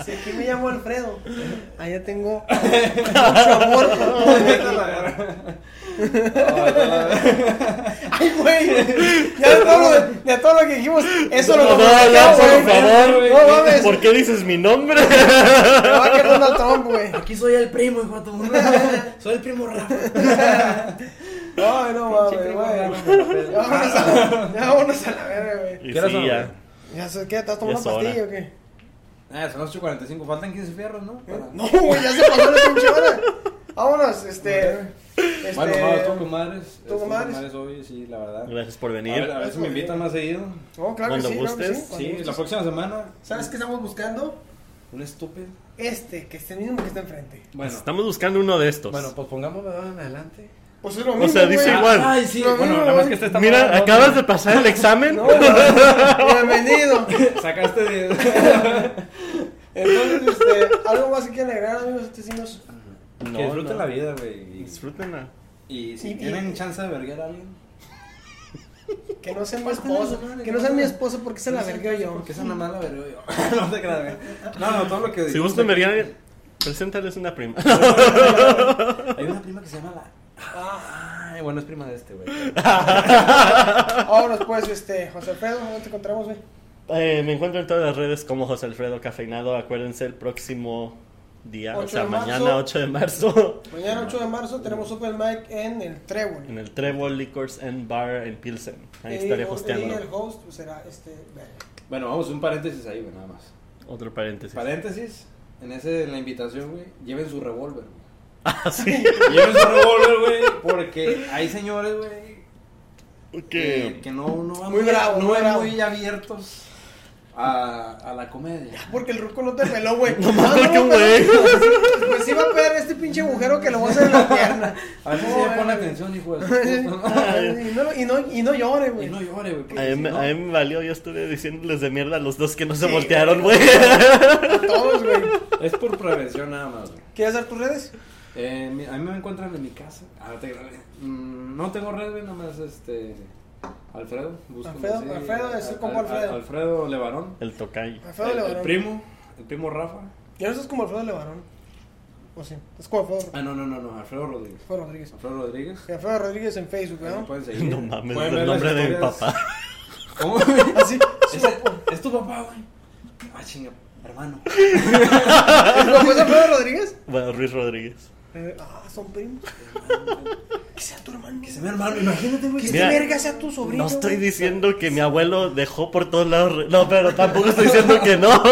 Si aquí me llamo Alfredo, allá tengo mucho amor por todo México. Ay, güey. Ya de todo, lo, de todo lo que dijimos, eso lo no, no, vamos no, por güey. favor. No mames. ¿Por qué dices mi nombre? Me va a quedar Donald Trump, güey. Aquí soy el primo, hijo de tu Soy el primo Rafa. No, no mames, Pinche güey. primo, Ya vámonos a la- ya vámonos a la verga, güey. Y ¿Qué hora son, sí, ya. Ya sé, ¿qué? ¿Te has tomado Ya es una hora. pastilla o qué? Ah, son las 8.45, faltan 15 fierros, ¿no? Para- No, güey, ya se pasó la pinche hora. Vámonos, este. este Bueno, vamos, tú comadres. tú comadres. comadres hoy, sí, la verdad. Gracias por A ver, venir. a ver si me invitan más seguido. No, oh, claro Cuando que sí, claro que gustes, sí, cuando Sí, la gustes. próxima semana. ¿Sabes qué estamos buscando? Un estúpido. Este, que es el mismo que está enfrente. Bueno, Pues Estamos buscando uno de estos. bueno pues pongamos ¿verdad? en adelante. Pues es lo O sea, dice güey. igual. Ay, sí, Lo bueno, mismo, nada más güey. que este está Mira, más grande. acabas de pasar el examen. No, bienvenido. Sacaste de. Entonces, este, algo más que quieran agregar, amigos asesinos. No, que disfruten no. la vida, güey. Y, Disfrútenla. y Y- si y- tienen chance de verguer a alguien. Que no sea mi Pásale, esposo. Pues, madre, Que no sea mi esposo porque se la No sé, vergué yo. Pues, Porque esa nada más la vergué yo. no te creas, güey. No, no, todo lo que. Si dijimos gustan aquí- Merian, preséntales una prima. Hay una prima que se llama la. Ay, bueno, es prima de este, güey. Ahora pues, este, José Alfredo, ¿dónde te encontramos, güey? Eh, me encuentro en todas las redes como José Alfredo Cafeinado. Acuérdense el próximo día, o 8 sea, de marzo. mañana 8 de marzo, Mañana 8 de marzo tenemos Open Mic en el Trébol. en el Trevor Liquors and Bar en Pilsen. Ahí Y- estaré Eh, Y oh, el hosteando. host pues, será este. Verga. Bueno, vamos, un paréntesis ahí, güey, nada más. Otro paréntesis. Paréntesis, en, ese, en la invitación, güey, lleven su revólver, güey. Ah, sí. Lleven su revólver, güey, porque hay señores, güey, que, Que- que no, no van Muy bravo, no muy van bravo. muy abiertos a, a la comedia. Porque el ruco no te peló, güey. No mames, Ah, qué güey. pero- Pues sí va a pegar este pinche agujero que lo voy a hacer en la pierna. A veces No, sí le pone güey. atención, hijo de su puta. y, no, y, no, y no llore, Y güey. no llore, güey. porque A si mí, no- a mí me valió, yo estuve diciéndoles de mierda a los dos que no se Sí, voltearon, güey. güey. A todos, güey. Es por prevención nada más, güey. ¿Quieres dar tus redes? Eh, mi- a mí me encuentran en mi casa. Ah, te- mm, no tengo red, güey, nada más este. Alfredo, búscame Alfredo, Alfredo, es el compa Alfredo. Alfredo Levarón. El tocayo. Alfredo El, el Levarón. primo, el primo Rafa. Ya no sos como Alfredo Levarón. O sí, es como Alfredo, Ah, no, no, no, no, Alfredo Rodríguez. Alfredo Rodríguez. Alfredo Rodríguez. Y Alfredo Rodríguez en Facebook, Ahí lo ¿no? pueden seguir. No mames, es Pueden el ver las nombre de mi historias. papá. ¿Cómo? Así. ¿Es, es tu papá, güey. Ah, chinga, hermano. ¿Cómo es Alfredo Rodríguez? Bueno, Ruiz Rodríguez. Eh, ah, son primos. Que sea tu hermano. Que se ve hermano, imagínate, güey. Que que este Mira, verga sea tu sobrino. No estoy güey. diciendo que mi abuelo dejó por todos lados. re- No, pero tampoco estoy diciendo que no.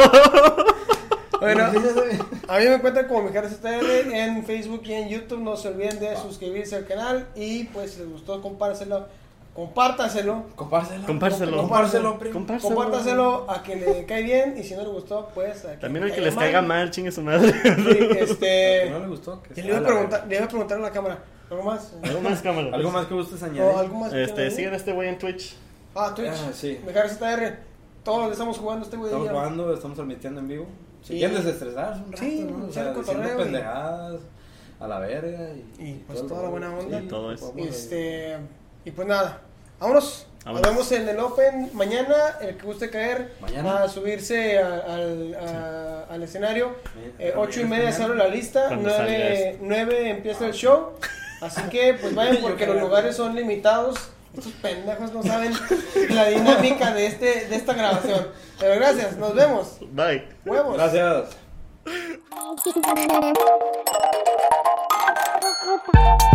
Bueno, Imagínate. a mí me encuentran como Mijares STR en Facebook y en YouTube. No se olviden de suscribirse al canal. Y pues, si les gustó, compárselo. Compártaselo. Compárselo. Compárselo. Compárselo, primo. Compárselo. Compártaselo a quien le cae bien. Y si no le gustó, pues. A quien También le al que les caiga caiga mal, chingue su madre. Sí, Que este. no le gustó. que Y se le iba, a la verga. preguntar, le iba a preguntar a la cámara. ¿Algo más? Algo más, cámara. Algo más que gustes añadir. ¿O algo más? que Este, quieran sigan añadir? a este güey en Twitch. Ah, Twitch. Ah, sí. Mijares STR. Todos los que estamos jugando este güey. Estamos ya. jugando, estamos transmitiendo en vivo. Si Sí. quieren desestresarse un rato, Sí, ¿no? O echar sea, el cotorreo diciendo y- pendejadas a la verga y, Y, pues, todo el toda la rollo. buena onda. Y todo pues, eso. vamos a- Este, y pues nada, vámonos. Vámonos. Nos vemos en el Open mañana, el que guste caer, Mañana. a subirse a- al, a- al escenario. Mañana. Ah, Eh, Ocho y media sale la lista, Cuando salga nueve, esto. nueve empieza el show. Así que pues vayan Yo porque los cagando. lugares son limitados. Estos pendejos no saben la dinámica de, este, de esta grabación. Pero gracias, nos vemos. Bye. Huevos. é Gracias. Thank you.